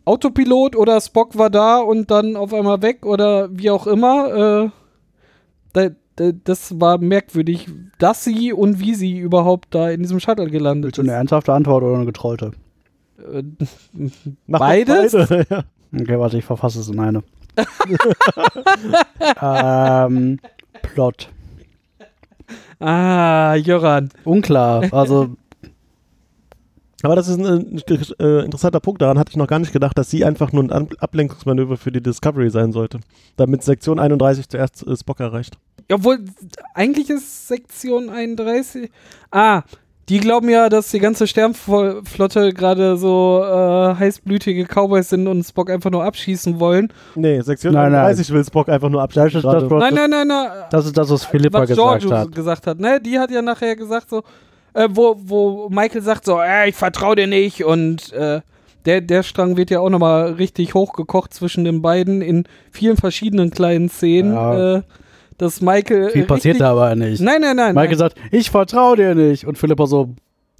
B: Autopilot oder Spock war da und dann auf einmal weg oder wie auch immer. Äh, da, da, das war merkwürdig, dass sie und wie sie überhaupt da in diesem Shuttle gelandet
E: Willst du eine
B: ist.
E: ernsthafte Antwort oder eine getrollte?
B: Äh,
D: Mach doch
B: Beides?
D: Beide, ja.
E: Okay, warte, ich verfasse es in eine. ähm, Plot.
B: ah, Joran.
E: Unklar. Also,
D: Aber das ist ein, ein äh, interessanter Punkt. Daran hatte ich noch gar nicht gedacht, dass sie einfach nur ein An Ablenkungsmanöver für die Discovery sein sollte. Damit Sektion 31 zuerst äh, Spock erreicht.
B: Obwohl, eigentlich ist Sektion 31. Ah, die glauben ja, dass die ganze Sternflotte gerade so äh, heißblütige Cowboys sind und Spock einfach nur abschießen wollen.
D: Nee, Sektion
E: Nein, nein.
D: 31 will Spock einfach nur
E: das
D: abschießen.
E: ist das,
D: gerade.
E: was,
B: Nein, nein, nein, nein.
E: das, ist das, was Philippa
B: was
E: gesagt
B: Giorgio
E: hat.
B: gesagt hat. Ne? Die hat ja nachher gesagt, so, äh, wo, wo Michael sagt, so, äh, ich vertraue dir nicht und äh, der, der Strang wird ja auch nochmal richtig hochgekocht zwischen den beiden in vielen verschiedenen kleinen Szenen.
E: Ja.
B: Äh, dass Michael.
E: Viel passiert
B: richtig,
E: da aber nicht.
B: Nein, nein, nein.
E: Mike
B: nein.
E: sagt, ich vertraue dir nicht. Und Philippa so,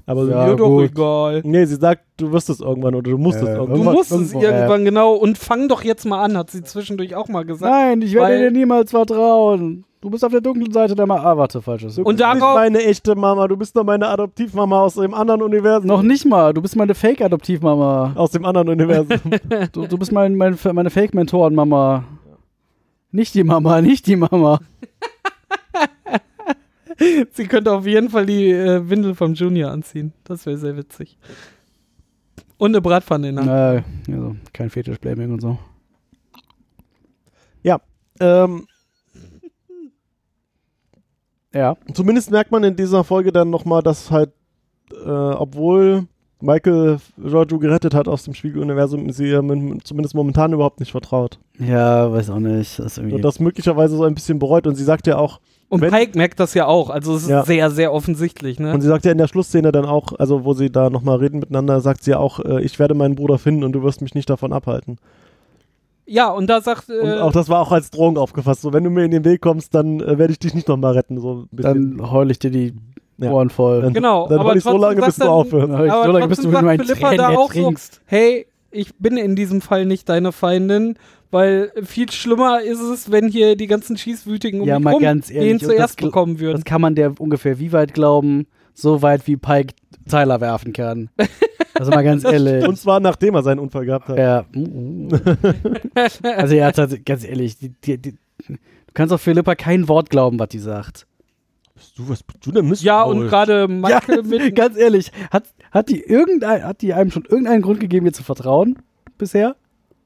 D: Aber
E: Ja,
B: Mir doch
E: gut.
B: egal.
D: nee, sie sagt, du wirst es irgendwann oder du musst es
E: Äh,
D: irgendwann.
B: Du
E: Irgendwann-
B: musst es
E: irgendwo,
B: irgendwann, genau. Und fang doch jetzt mal an, hat sie zwischendurch auch mal gesagt.
E: nein, ich werde
B: Weil-
E: dir niemals vertrauen. Du bist auf der dunklen Seite der Ma Ah, warte, falsches.
D: Du
B: Und
D: bist nicht
B: darauf-
D: meine echte Mama, du bist nur meine Adoptivmama aus dem anderen Universum.
E: Noch nicht mal. Du bist meine Fake-Adoptivmama.
D: Aus dem anderen Universum.
E: Du, du bist mein, mein, meine Fake-Mentoren-Mama. Nicht die Mama, nicht die Mama.
B: Sie könnte auf jeden Fall die äh, Windel vom Junior anziehen. Das wäre sehr witzig. Und eine Bratpfanne in der Hand.
E: Äh, also, kein Fetisch-Blaming und so.
D: ähm,
E: Ja.
D: zumindest merkt man in dieser Folge dann nochmal, dass halt, äh, obwohl Michael Giorgio gerettet hat aus dem Spiegeluniversum, sie ihr min- zumindest momentan überhaupt nicht vertraut.
E: Ja, weiß auch nicht. Das ist irgendwie
D: Und das möglicherweise so ein bisschen bereut. Und sie sagt ja auch,
B: Und
D: wenn-
B: Pike merkt das ja auch. Also es ist
D: Ja.
B: sehr, sehr offensichtlich.
D: und
B: Ne?
D: sie sagt ja in der Schlussszene dann auch, also wo sie da nochmal reden miteinander, sagt sie ja auch, äh, ich werde meinen Bruder finden und du wirst mich nicht davon abhalten.
B: Ja, und da sagt.
D: Und
B: Äh,
D: auch das war auch als Drohung aufgefasst. So, wenn du mir in den Weg kommst, dann äh, werde ich dich nicht nochmal retten. So ein bisschen.
E: dann heul ich dir die
D: Ja.
E: Ohren voll.
D: Dann-
B: genau.
D: dann
B: aber
D: hol ich so
B: trotzdem
D: lange,
B: sagt
D: bis du
B: dann-
D: aufhörst.
E: Dann,
B: aber
E: so lange, bis du
B: trotzdem
E: mit
B: sagt
E: meinen
B: Philippa
E: Tränen
B: da auch so,
E: ertrinkst.
B: hey, ich bin in diesem Fall nicht deine Feindin, weil viel schlimmer ist es, wenn hier die ganzen Schießwütigen um
E: Ja,
B: mich
E: mal
B: rum
E: ganz ehrlich,
B: den
E: und
B: zuerst
E: das gl-
B: bekommen würden.
E: Das kann man der ungefähr wie weit glauben, so weit wie Pike Tyler werfen kann. Also mal ganz ehrlich.
D: Und zwar nachdem er seinen Unfall gehabt hat.
E: ja. also ja, tats- ganz ehrlich, die, die, die, du kannst auf Philippa kein Wort glauben, was die sagt.
D: Du, was bist du denn Mist?
B: Ja, und gerade Michael mit.
E: ganz ehrlich, hat, hat, die irgendein, hat die einem schon irgendeinen Grund gegeben, ihr zu vertrauen bisher?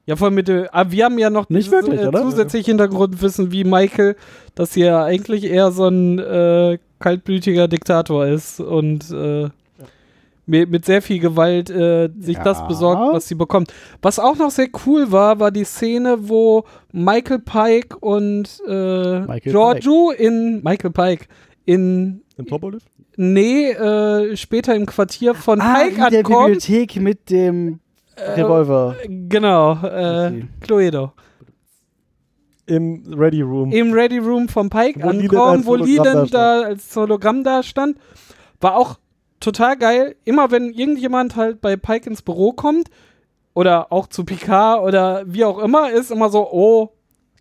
B: Ja, vor allem mit. der- Ah, wir haben ja noch äh,
E: Nicht wirklich, oder?
B: zusätzlich Hintergrundwissen wie Michael, dass hier ja eigentlich eher so ein äh, kaltblütiger Diktator ist und äh, mit, mit sehr viel Gewalt äh, sich
E: Ja.
B: das besorgt, was sie bekommt. Was auch noch sehr cool war, war die Szene, wo Michael Pike und äh,
E: Michael
B: Giorgio in. Michael Pike in.
D: Im Topolift?
B: Nee, äh, später im Quartier von Pike Äh,
E: in Ah, der
B: ankommt.
E: Bibliothek mit dem Revolver.
B: Genau, äh,
E: Sie.
B: Cluedo.
D: Im Ready Room.
B: Im Ready Room von Pike
D: Wo Leland
B: ankommen,
D: als
B: wo
D: Hologramm
B: Leland da
D: dastand.
B: als Hologramm da stand. War auch total geil. Immer wenn irgendjemand halt bei Pike ins Büro kommt oder auch zu Picard oder wie auch immer, ist immer so, oh,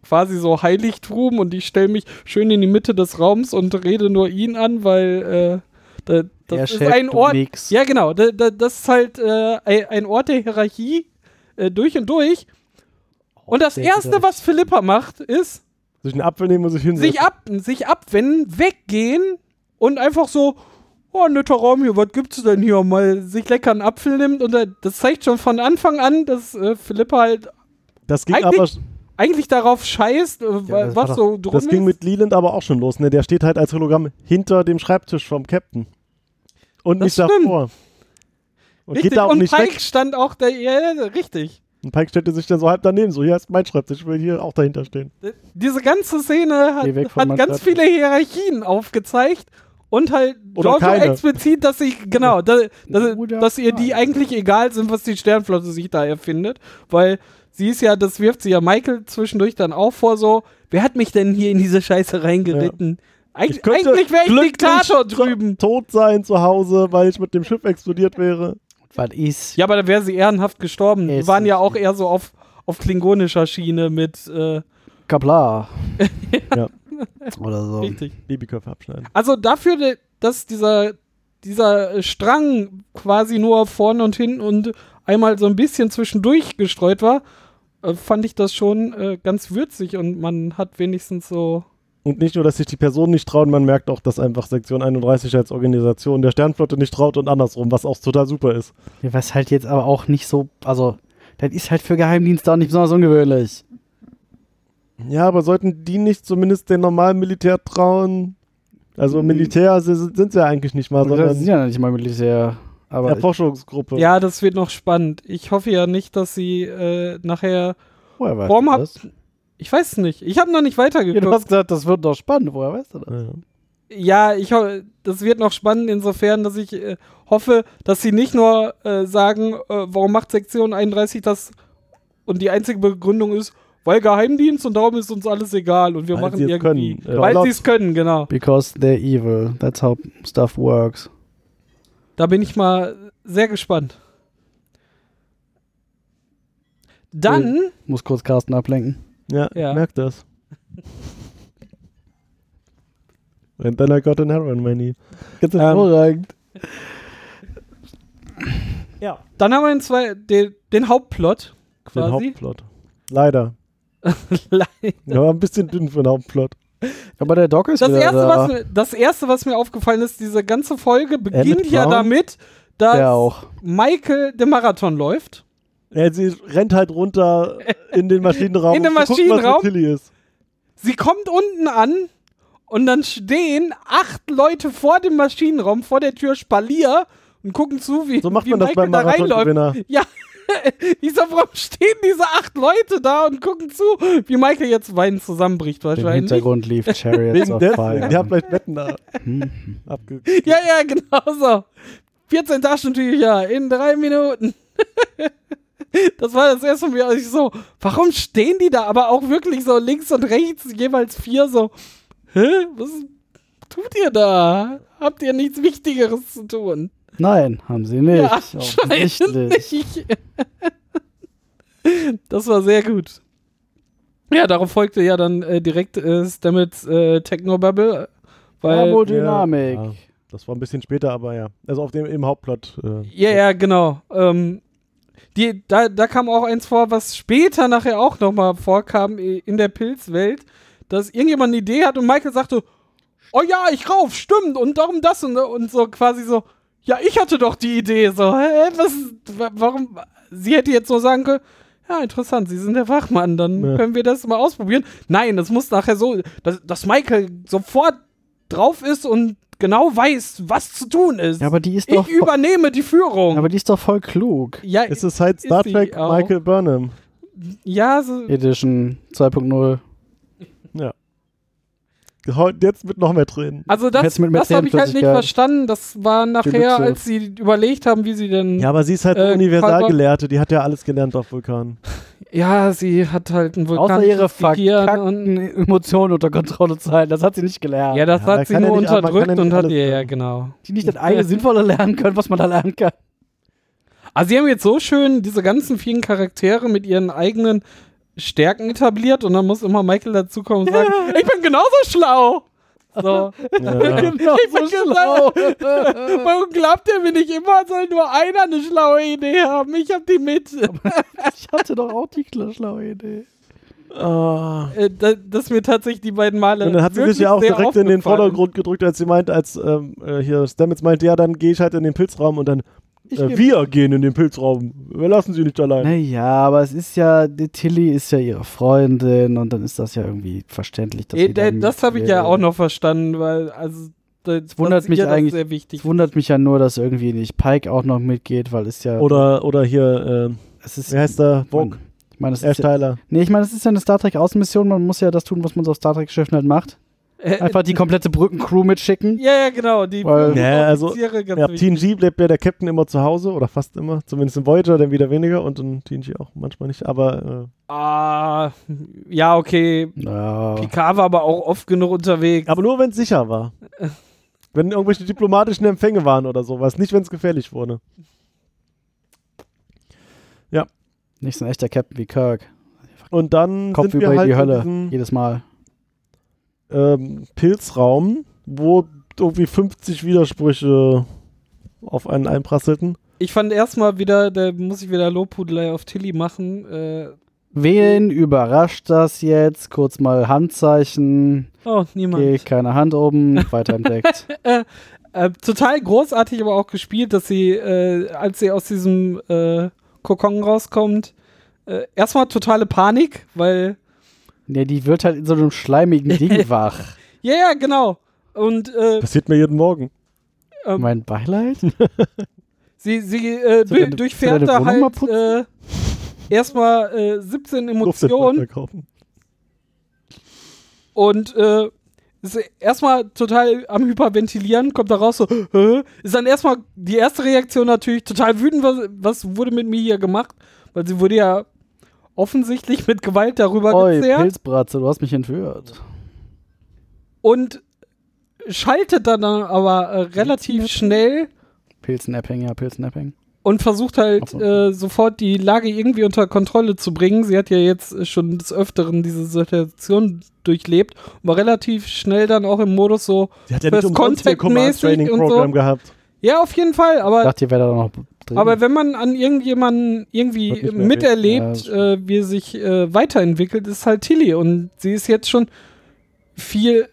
B: quasi so Heiligtum und ich stelle mich schön in die Mitte des Raums und rede nur ihn an, weil äh, da, das
E: Er
B: ist
E: schält
B: ein
E: du
B: Ort.
E: nix.
B: Ja, genau. Da, da, das ist halt äh, ein- ein Ort der Hierarchie äh, durch und durch. Und das
E: sehr
B: Erste, was Philippa macht, ist,
D: Sich einen Apfel nehmen und sich hinsetzen.
B: sich, ab, sich abwenden, weggehen und einfach so, oh, netter Raum hier, was gibt's denn hier? Mal sich lecker einen Apfel nimmt und äh, das zeigt schon von Anfang an, dass äh, Philippa halt
D: das ging
B: Eigentlich-
D: aber
B: eigentlich darauf scheißt, äh, wa-
E: das war
B: was
E: doch-
B: so drum
D: das ging
B: ist.
D: mit Leland aber auch schon los. Ne? Der steht halt als Hologramm hinter dem Schreibtisch vom Captain. und
B: Das
D: mich davor. Und
B: Richtig.
D: geht da auch
B: und
D: nicht
B: Pike
D: weg.
B: stand auch da. Ja, ja, richtig.
D: Und Pike stellte sich dann so halb daneben, so hier ist mein Schreibtisch, ich will hier auch dahinter stehen.
B: Diese ganze Szene hat,
E: Geh weg von
B: hat
E: meinem
B: ganz
E: Schreibtisch.
B: viele Hierarchien aufgezeigt und halt
D: Oder
B: Giorgio
D: keine.
B: explizit, dass sie, genau, dass, dass,
E: Oder
B: dass ihr die
E: keine.
B: eigentlich egal sind, was die Sternflotte sich da erfindet, weil sie ist ja, das wirft sie ja Michael zwischendurch dann auch vor, so, wer hat mich denn hier in diese Scheiße reingeritten? Eig
D: Ich könnte
B: eigentlich wäre ich
D: glücklich
B: Diktator
D: zu-
B: drüben.
D: Tot sein zu Hause, weil ich mit dem Schiff explodiert wäre.
E: Was ist?
B: Ja, aber da wäre sie ehrenhaft gestorben.
E: Ja,
B: Die
E: ist
B: waren ja
E: nicht
B: auch eher so auf, auf klingonischer Schiene mit, äh,
E: Kapla.
D: Ja.
E: Oder so.
B: richtig.
D: Babyköpfe abschneiden.
B: Also dafür, de- dass dieser, dieser äh, Strang quasi nur vorne und hinten und einmal so ein bisschen zwischendurch gestreut war, äh, fand ich das schon äh, ganz würzig und man hat wenigstens so.
D: Und nicht nur, dass sich die Personen nicht trauen, man merkt auch, dass einfach Sektion 31 als Organisation der Sternflotte nicht traut und andersrum, was auch total super ist.
E: Ja, was halt jetzt aber auch nicht so, also, das ist halt für Geheimdienste auch nicht besonders ungewöhnlich.
D: Ja, aber sollten die nicht zumindest den normalen Militär trauen? Also Militär si- sind sie ja eigentlich nicht mal,
E: Also, das
D: sondern
E: sind Hm. ja nicht mal Militär. Aber
D: Erforschungsgruppe.
B: Ja, das wird noch spannend. Ich hoffe ja nicht, dass sie äh, nachher.
E: woher weißt
B: Warum
E: du
B: hab-
E: das?
B: Ich weiß es nicht. Ich habe noch nicht
E: Ja, du
B: weitergeguckt.
E: hast gesagt, das wird doch spannend. Woher weißt du das?
D: Ja.
B: Ja, ich hoffe, das wird noch spannend insofern, dass ich äh, hoffe, dass sie nicht nur äh, sagen, äh, warum macht Sektion 31 das und die einzige Begründung ist, weil Geheimdienst und darum ist uns alles egal und wir
D: Weil
B: machen
D: sie es
B: irgendwie,
D: können. Ja.
B: weil
D: Laut-
B: sie es können, genau.
E: Because they're evil. That's how stuff works.
B: Da bin ich mal sehr gespannt.
D: Äh.
B: Dann
E: Muss kurz Carsten ablenken.
D: Ja,
B: Ja.
D: ich merk das. And then I got an heroin many.
E: Ganz
B: Ähm,
D: hervorragend.
B: Dann haben wir den, zwei, den, den Hauptplot
D: Den
B: quasi.
D: Hauptplot. Leider. Ja, war ein bisschen dünn für den Hauptplot.
E: Aber der Doc ist
B: das,
E: wieder
B: erste,
E: da.
B: was mir, das erste, was mir aufgefallen ist, diese ganze Folge beginnt
D: Emmett
B: ja
D: Brown?
B: damit, dass
E: Der auch.
B: Michael den Marathon läuft.
D: Ja, sie rennt halt runter in den Maschinenraum.
B: In den
D: um zu
B: Maschinenraum?
D: Gucken, was mit Tilly ist.
B: Sie kommt unten an und dann stehen acht Leute vor dem Maschinenraum, vor der Tür Spalier und gucken zu, wie,
D: So macht
B: wie
D: man das
B: Michael
D: beim
B: da reinläuft.
D: Marathongewinner.
B: Ja, ich sag, warum stehen diese acht Leute da und gucken zu, wie Michael jetzt weinend zusammenbricht
E: Im
B: wahrscheinlich.
E: Hintergrund lief Chariots
D: Wegen
E: of
D: dessen. Die haben
E: Fire.
D: vielleicht Betten da abge...
B: Ja, ja, genau so. 14 Taschentücher in drei Minuten. Das war das erste Mal, als ich so, warum stehen die da? Aber auch wirklich so links und rechts jeweils vier so, hä, was tut ihr da? Habt ihr nichts Wichtigeres zu tun?
E: Nein, haben sie nicht.
B: Ja,
E: Offensichtlich.
B: nicht. Das war sehr gut. Ja, darauf folgte ja dann äh, direkt äh, Stamets äh, Technobubble, weil
E: Thermodynamik.
D: Ja, das war ein bisschen später, aber ja. Also auf dem, im Hauptplot. Äh,
B: Ja, ja, genau. Ähm, die, da, da kam auch eins vor, was später nachher auch nochmal vorkam i- in der Pilzwelt, dass irgendjemand eine Idee hat und Michael sagte, oh ja, ich rauf, stimmt, und darum das und, und so quasi so, ja, ich hatte doch die Idee, so, hä, was, wa- warum, sie hätte jetzt so sagen können, ja, interessant, Sie sind der Wachmann, dann
D: Ja.
B: können wir das mal ausprobieren. Nein, das muss nachher so, dass, dass Michael sofort drauf ist und genau weiß, was zu tun ist.
E: Ja, aber die ist
B: ich
E: doch.
B: übernehme die Führung.
E: Aber die ist doch voll klug.
B: Ja,
D: es ist halt
B: ist
D: Star
B: sie
D: Trek
B: auch.
D: Michael Burnham.
B: ja, so,
E: Edition 2.0.
D: Heu- Jetzt mit noch mehr Tränen.
B: also das,
E: Hättest mit- mit
B: das habe ich halt nicht
E: Helmflüssigkeit.
B: verstanden. Das war nachher,
E: Büchse.
B: als sie überlegt haben, wie sie denn.
D: Ja,
B: Ja,
D: aber sie ist halt
B: Äh,
D: Universalgelehrte. Die hat ja alles gelernt auf Vulkan.
B: sie hat halt einen Vulkan.
E: Außer ihre
B: Gehirn und,
E: verkackten Emotionen unter Kontrolle zu halten. Das hat sie nicht gelernt.
B: Ja, das
D: Ja, da
B: hat sie
D: kann
B: nur
D: ja nicht- aber man kann ja
B: unterdrückt
D: nicht
B: und hat.
D: alles
B: Ja, ja,
D: lernen.
B: genau.
E: Die nicht das eine Sinnvolle lernen können, was man da lernen kann.
B: Also sie haben jetzt so schön diese ganzen vielen Charaktere mit ihren eigenen Stärken etabliert und dann muss immer Michael dazukommen und sagen, ich bin genauso schlau. So.
D: Ja.
E: Genau,
B: Ich bin schlau. Warum glaubt ihr mir nicht immer, soll nur einer eine schlaue Idee haben? Ich hab die mit.
E: Ich hatte doch auch die schlaue Idee.
D: Ah.
B: Äh, da, das mir tatsächlich die beiden Male.
D: Und dann hat sie
B: wirklich
D: sich ja auch
B: sehr
D: direkt in den
B: aufgefallen.
D: Vordergrund gedrückt, als sie meint, als ähm, äh, hier Stamets meinte, ja, dann gehe ich halt in den Pilzraum und dann äh, wir gehen in den Pilzraum. Wir lassen sie nicht allein.
E: Naja, aber es ist ja, die Tilly ist ja ihre Freundin und dann äh, ist das ja irgendwie verständlich. Dass
B: Äh,
E: sie
B: da-
E: da
B: das habe ich ja
E: mitgeht.
B: auch noch verstanden, weil, also, das
E: wundert
B: ist
E: mich
B: ja das
E: eigentlich-
B: sehr wichtig.
E: Es wundert mich ja nur, dass irgendwie nicht Pike auch noch mitgeht, weil es ja.
D: Oder, oder hier, ähm,
E: es ist,
D: wie heißt der?
E: Mann.
D: Vogue.
E: ich meine, es
D: Ash
E: ist ja,
D: Tyler.
E: nee, ich meine, es ist ja eine Star Trek Außenmission. Man muss ja das tun, was man so auf Star Trek Schiffen halt macht.
B: Äh,
E: Einfach die komplette Brückencrew mitschicken.
B: ja, ja, genau. Die
E: Weil-
D: Ja, also,
B: Offiziere ganz
D: Ja,
B: wichtig.
D: TNG bleibt ja der Captain immer zu Hause oder fast immer. Zumindest in Voyager dann wieder weniger und in TNG auch manchmal nicht. Aber äh,
B: Ah, ja, okay.
E: Ja.
B: Picard war aber auch oft genug unterwegs.
D: äh, Oh. aber nur wenn es sicher war. wenn irgendwelche diplomatischen Empfänge waren oder sowas. Nicht, wenn es gefährlich wurde.
E: Nicht so ein echter Captain wie Kirk.
D: Und dann
E: Kopf
D: sind
E: über
D: wir halt
E: die Hölle.
D: in diesem
E: Jedes Mal.
D: ähm, Pilzraum, wo irgendwie 50 Widersprüche auf einen einprasselten.
B: Ich fand erstmal wieder, da muss ich wieder Lobhudelei auf Tilly machen. Äh,
E: Wen überrascht das jetzt? Kurz mal Handzeichen.
B: oh, niemand.
E: Okay, keine Hand oben. Weiter entdeckt.
B: Äh, total großartig aber auch gespielt, dass sie, äh, als sie aus diesem äh, Kokon rauskommt, äh, erstmal totale Panik, weil.
E: Nee, die wird halt in so einem schleimigen Ding wach.
B: Ja, ja, genau. Und äh,
D: Passiert mir jeden Morgen.
B: ähm,
E: Mein Beileid?
B: sie, sie äh,
E: Soll deine-
B: du- durchfährt
E: soll deine
B: da
E: Wohnung mal
B: halt äh,
E: putzen?
B: erstmal äh, 17
D: Durfte
B: Emotionen
D: ich kaufen.
B: Und äh, ist erstmal total am Hyperventilieren, kommt da raus so, "Hä?" ist dann erstmal die erste Reaktion natürlich total wütend, was, was wurde mit mir hier gemacht, weil sie wurde ja offensichtlich mit Gewalt darüber
E: Oi,
B: gezerrt
E: Pilzbratze, du hast mich entführt.
B: und schaltet dann aber äh, relativ schnell
E: Pilzenapping, ja, Pilzenapping.
B: und versucht halt
E: Ach so.
B: äh, sofort die Lage irgendwie unter Kontrolle zu bringen. Sie hat ja jetzt äh, schon des Öfteren diese Situation durchlebt, war relativ schnell dann auch im Modus so,
D: Sie hat ja
B: Fürs
D: nicht umsonst ihr Command
B: Contact-mäßig
D: Training
B: und so.
D: Program gehabt.
B: ja, auf jeden Fall, aber
E: Ich dachte, ihr werdet da noch drin.
B: Äh, Aber wenn man an irgendjemanden
D: Wird
B: irgendwie
D: nicht mehr
B: miterlebt,
E: erwähnt.
B: äh, wie er sich äh, weiterentwickelt, ist halt Tilly. Und sie ist jetzt schon viel,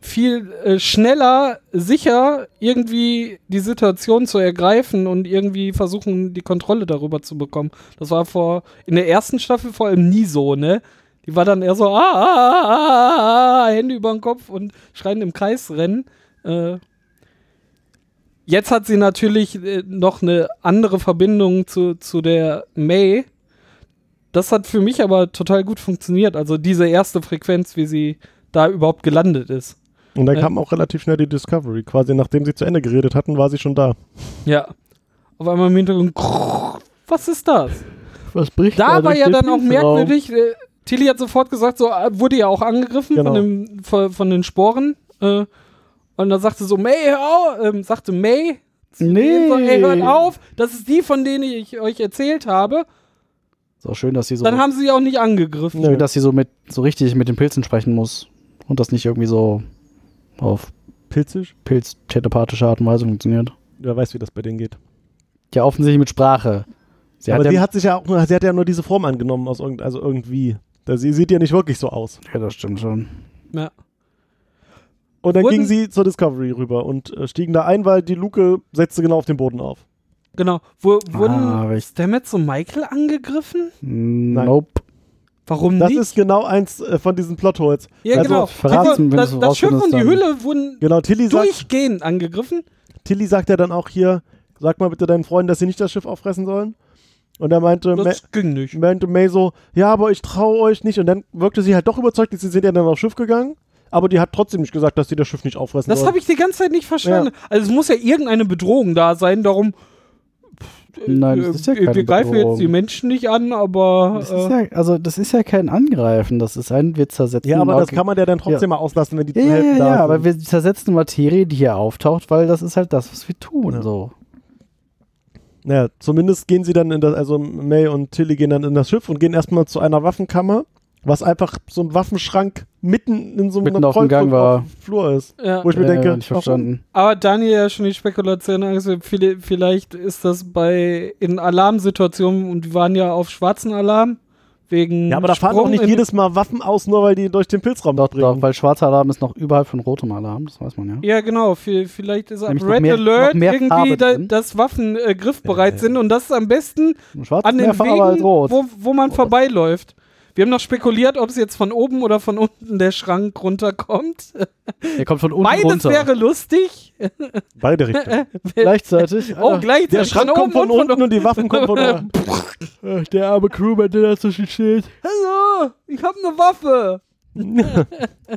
B: viel äh, schneller, sicher, irgendwie die Situation zu ergreifen und irgendwie versuchen, die Kontrolle darüber zu bekommen. Das war vor in der ersten Staffel vor allem nie so, ne? Die war dann eher so, ah, ah, ah, ah, ah Hände über den Kopf und schreiend im Kreis rennen. Äh, Jetzt hat sie natürlich äh, noch eine andere Verbindung zu, zu der May. Das hat für mich aber total gut funktioniert. Also diese erste Frequenz, wie sie da überhaupt gelandet ist.
D: Und dann
B: Ja.
D: kam auch relativ schnell die Discovery. Quasi nachdem sie zu Ende geredet hatten, war sie schon da.
B: Ja. Auf einmal im Hintergrund, krrrr, was ist das?
E: was bricht
B: Da war ja dann auch merkwürdig, äh, Tilly hat sofort gesagt, so äh, wurde ja auch angegriffen
D: Genau.
B: von, dem, von, von den Sporen. Äh, und dann sagte so May, hör au- ähm, sagte May, zu
E: Nee.
B: denen so, ey, hört auf, das ist die, von denen ich euch erzählt habe.
E: So schön, dass sie so,
B: Dann haben sie auch nicht angegriffen.
E: schön, dass sie so, mit, so richtig mit den Pilzen sprechen muss. Und das nicht irgendwie so auf
D: Pilzig?
E: pilztelepathische Art und Weise funktioniert.
D: Wer weiß, wie das bei denen geht.
E: Ja, offensichtlich mit Sprache. Sie
D: Aber
E: hat
D: sie
E: ja,
D: hat sich ja auch nur, sie hat ja nur diese Form angenommen, aus irgend, also irgendwie. Da, sie sieht ja nicht wirklich so aus.
E: ja, das stimmt schon.
B: Ja.
D: Und dann
B: Wurden-
D: ging sie zur Discovery rüber und äh, stiegen da ein, weil die Luke setzte genau auf den Boden auf.
B: Genau. Wo,
E: Ah,
B: wurden
E: aber ich-
B: Stamets und Michael angegriffen?
E: Nope.
B: Warum
D: Das
B: nicht?
D: ist genau eins äh, von diesen Plotholes.
B: ja,
D: also,
B: genau.
E: verraten, wenn du
B: das,
E: es
B: das Schiff und
E: rausfindest,
B: die
E: dann-
B: Hülle wurden
D: Genau, Tilly sagt,
B: durchgehend angegriffen.
D: Tilly sagt ja dann auch hier, sag mal bitte deinen Freunden, dass sie nicht das Schiff auffressen sollen. Und er meinte, Ma
B: Das ging nicht.
D: meinte May so, ja, aber ich traue euch nicht. Und dann wirkte sie halt doch überzeugt, sie sind ja dann aufs Schiff gegangen. Aber die hat trotzdem nicht gesagt, dass sie das Schiff nicht auffressen
B: Das
D: sollen.
B: habe ich die ganze Zeit nicht verstanden. Also es muss ja irgendeine Bedrohung da sein, darum
E: Nein,
B: äh,
E: das ist ja
B: wir
E: keine
B: greifen jetzt
E: Bedrohung.
B: die Menschen nicht an, aber
E: Das ist
B: äh,
E: ja, also das ist ja kein Angreifen, das ist ein wir zersetzen.
D: Ja, aber
E: laut-
D: das kann halt man ja dann trotzdem mal auslassen, wenn
E: Hm,
D: die
E: ja,
D: zur
E: ja, ja,
D: Hälfte da
E: ja,
D: sind.
E: aber wir zersetzen Materie, die hier auftaucht, weil das ist halt das, was wir tun.
D: Ja.
E: So.
D: Naja, zumindest gehen sie dann in das, also May und Tilly gehen dann in das Schiff und gehen erstmal zu einer Waffenkammer, was einfach so ein Waffenschrank mitten in so einem
E: Mitten auf dem
D: Kreuzung
E: Gang war.
D: auf dem Flur ist.
B: ja.
D: Wo ich mir
E: Ja,
D: denke,
E: nicht verstanden.
B: aber Daniel ja schon die Spekulation angesetzt, viele, vielleicht ist das bei in Alarmsituationen und die waren ja auf schwarzen Alarm wegen
D: warum? Ja, aber da fahren
B: Sprung
D: auch nicht
B: in-
D: jedes Mal Waffen aus, nur weil die durch den Pilzraum
E: Doch,
D: springen.
E: doch, weil schwarzer Alarm ist noch überhalb von rotem Alarm, das weiß man ja.
B: Ja, genau. Vi- Vielleicht ist ab
E: Nämlich noch
B: Red
E: mehr-
B: Alert
E: noch mehr
B: irgendwie,
E: Farbe
B: da,
E: drin.
B: dass Waffen äh, griffbereit sind und das ist am besten
E: Ein Schwarz
B: an
E: ist
B: den
E: mehr Farbe als
B: Wegen,
E: rot.
B: wo, wo man vorbeiläuft. Wir haben noch spekuliert, ob es jetzt von oben oder von unten der Schrank runterkommt.
E: Der kommt von unten
B: Beides
E: runter.
B: wäre lustig.
D: Beide Richtungen.
E: Gleichzeitig.
B: Oh,
E: Alter.
B: gleichzeitig.
D: Der Schrank kommt von
B: und
D: unten und die Waffen kommen von oben.
E: Ach, der arme Crewman, der da zwischen steht.
B: Hallo, ich habe eine Waffe.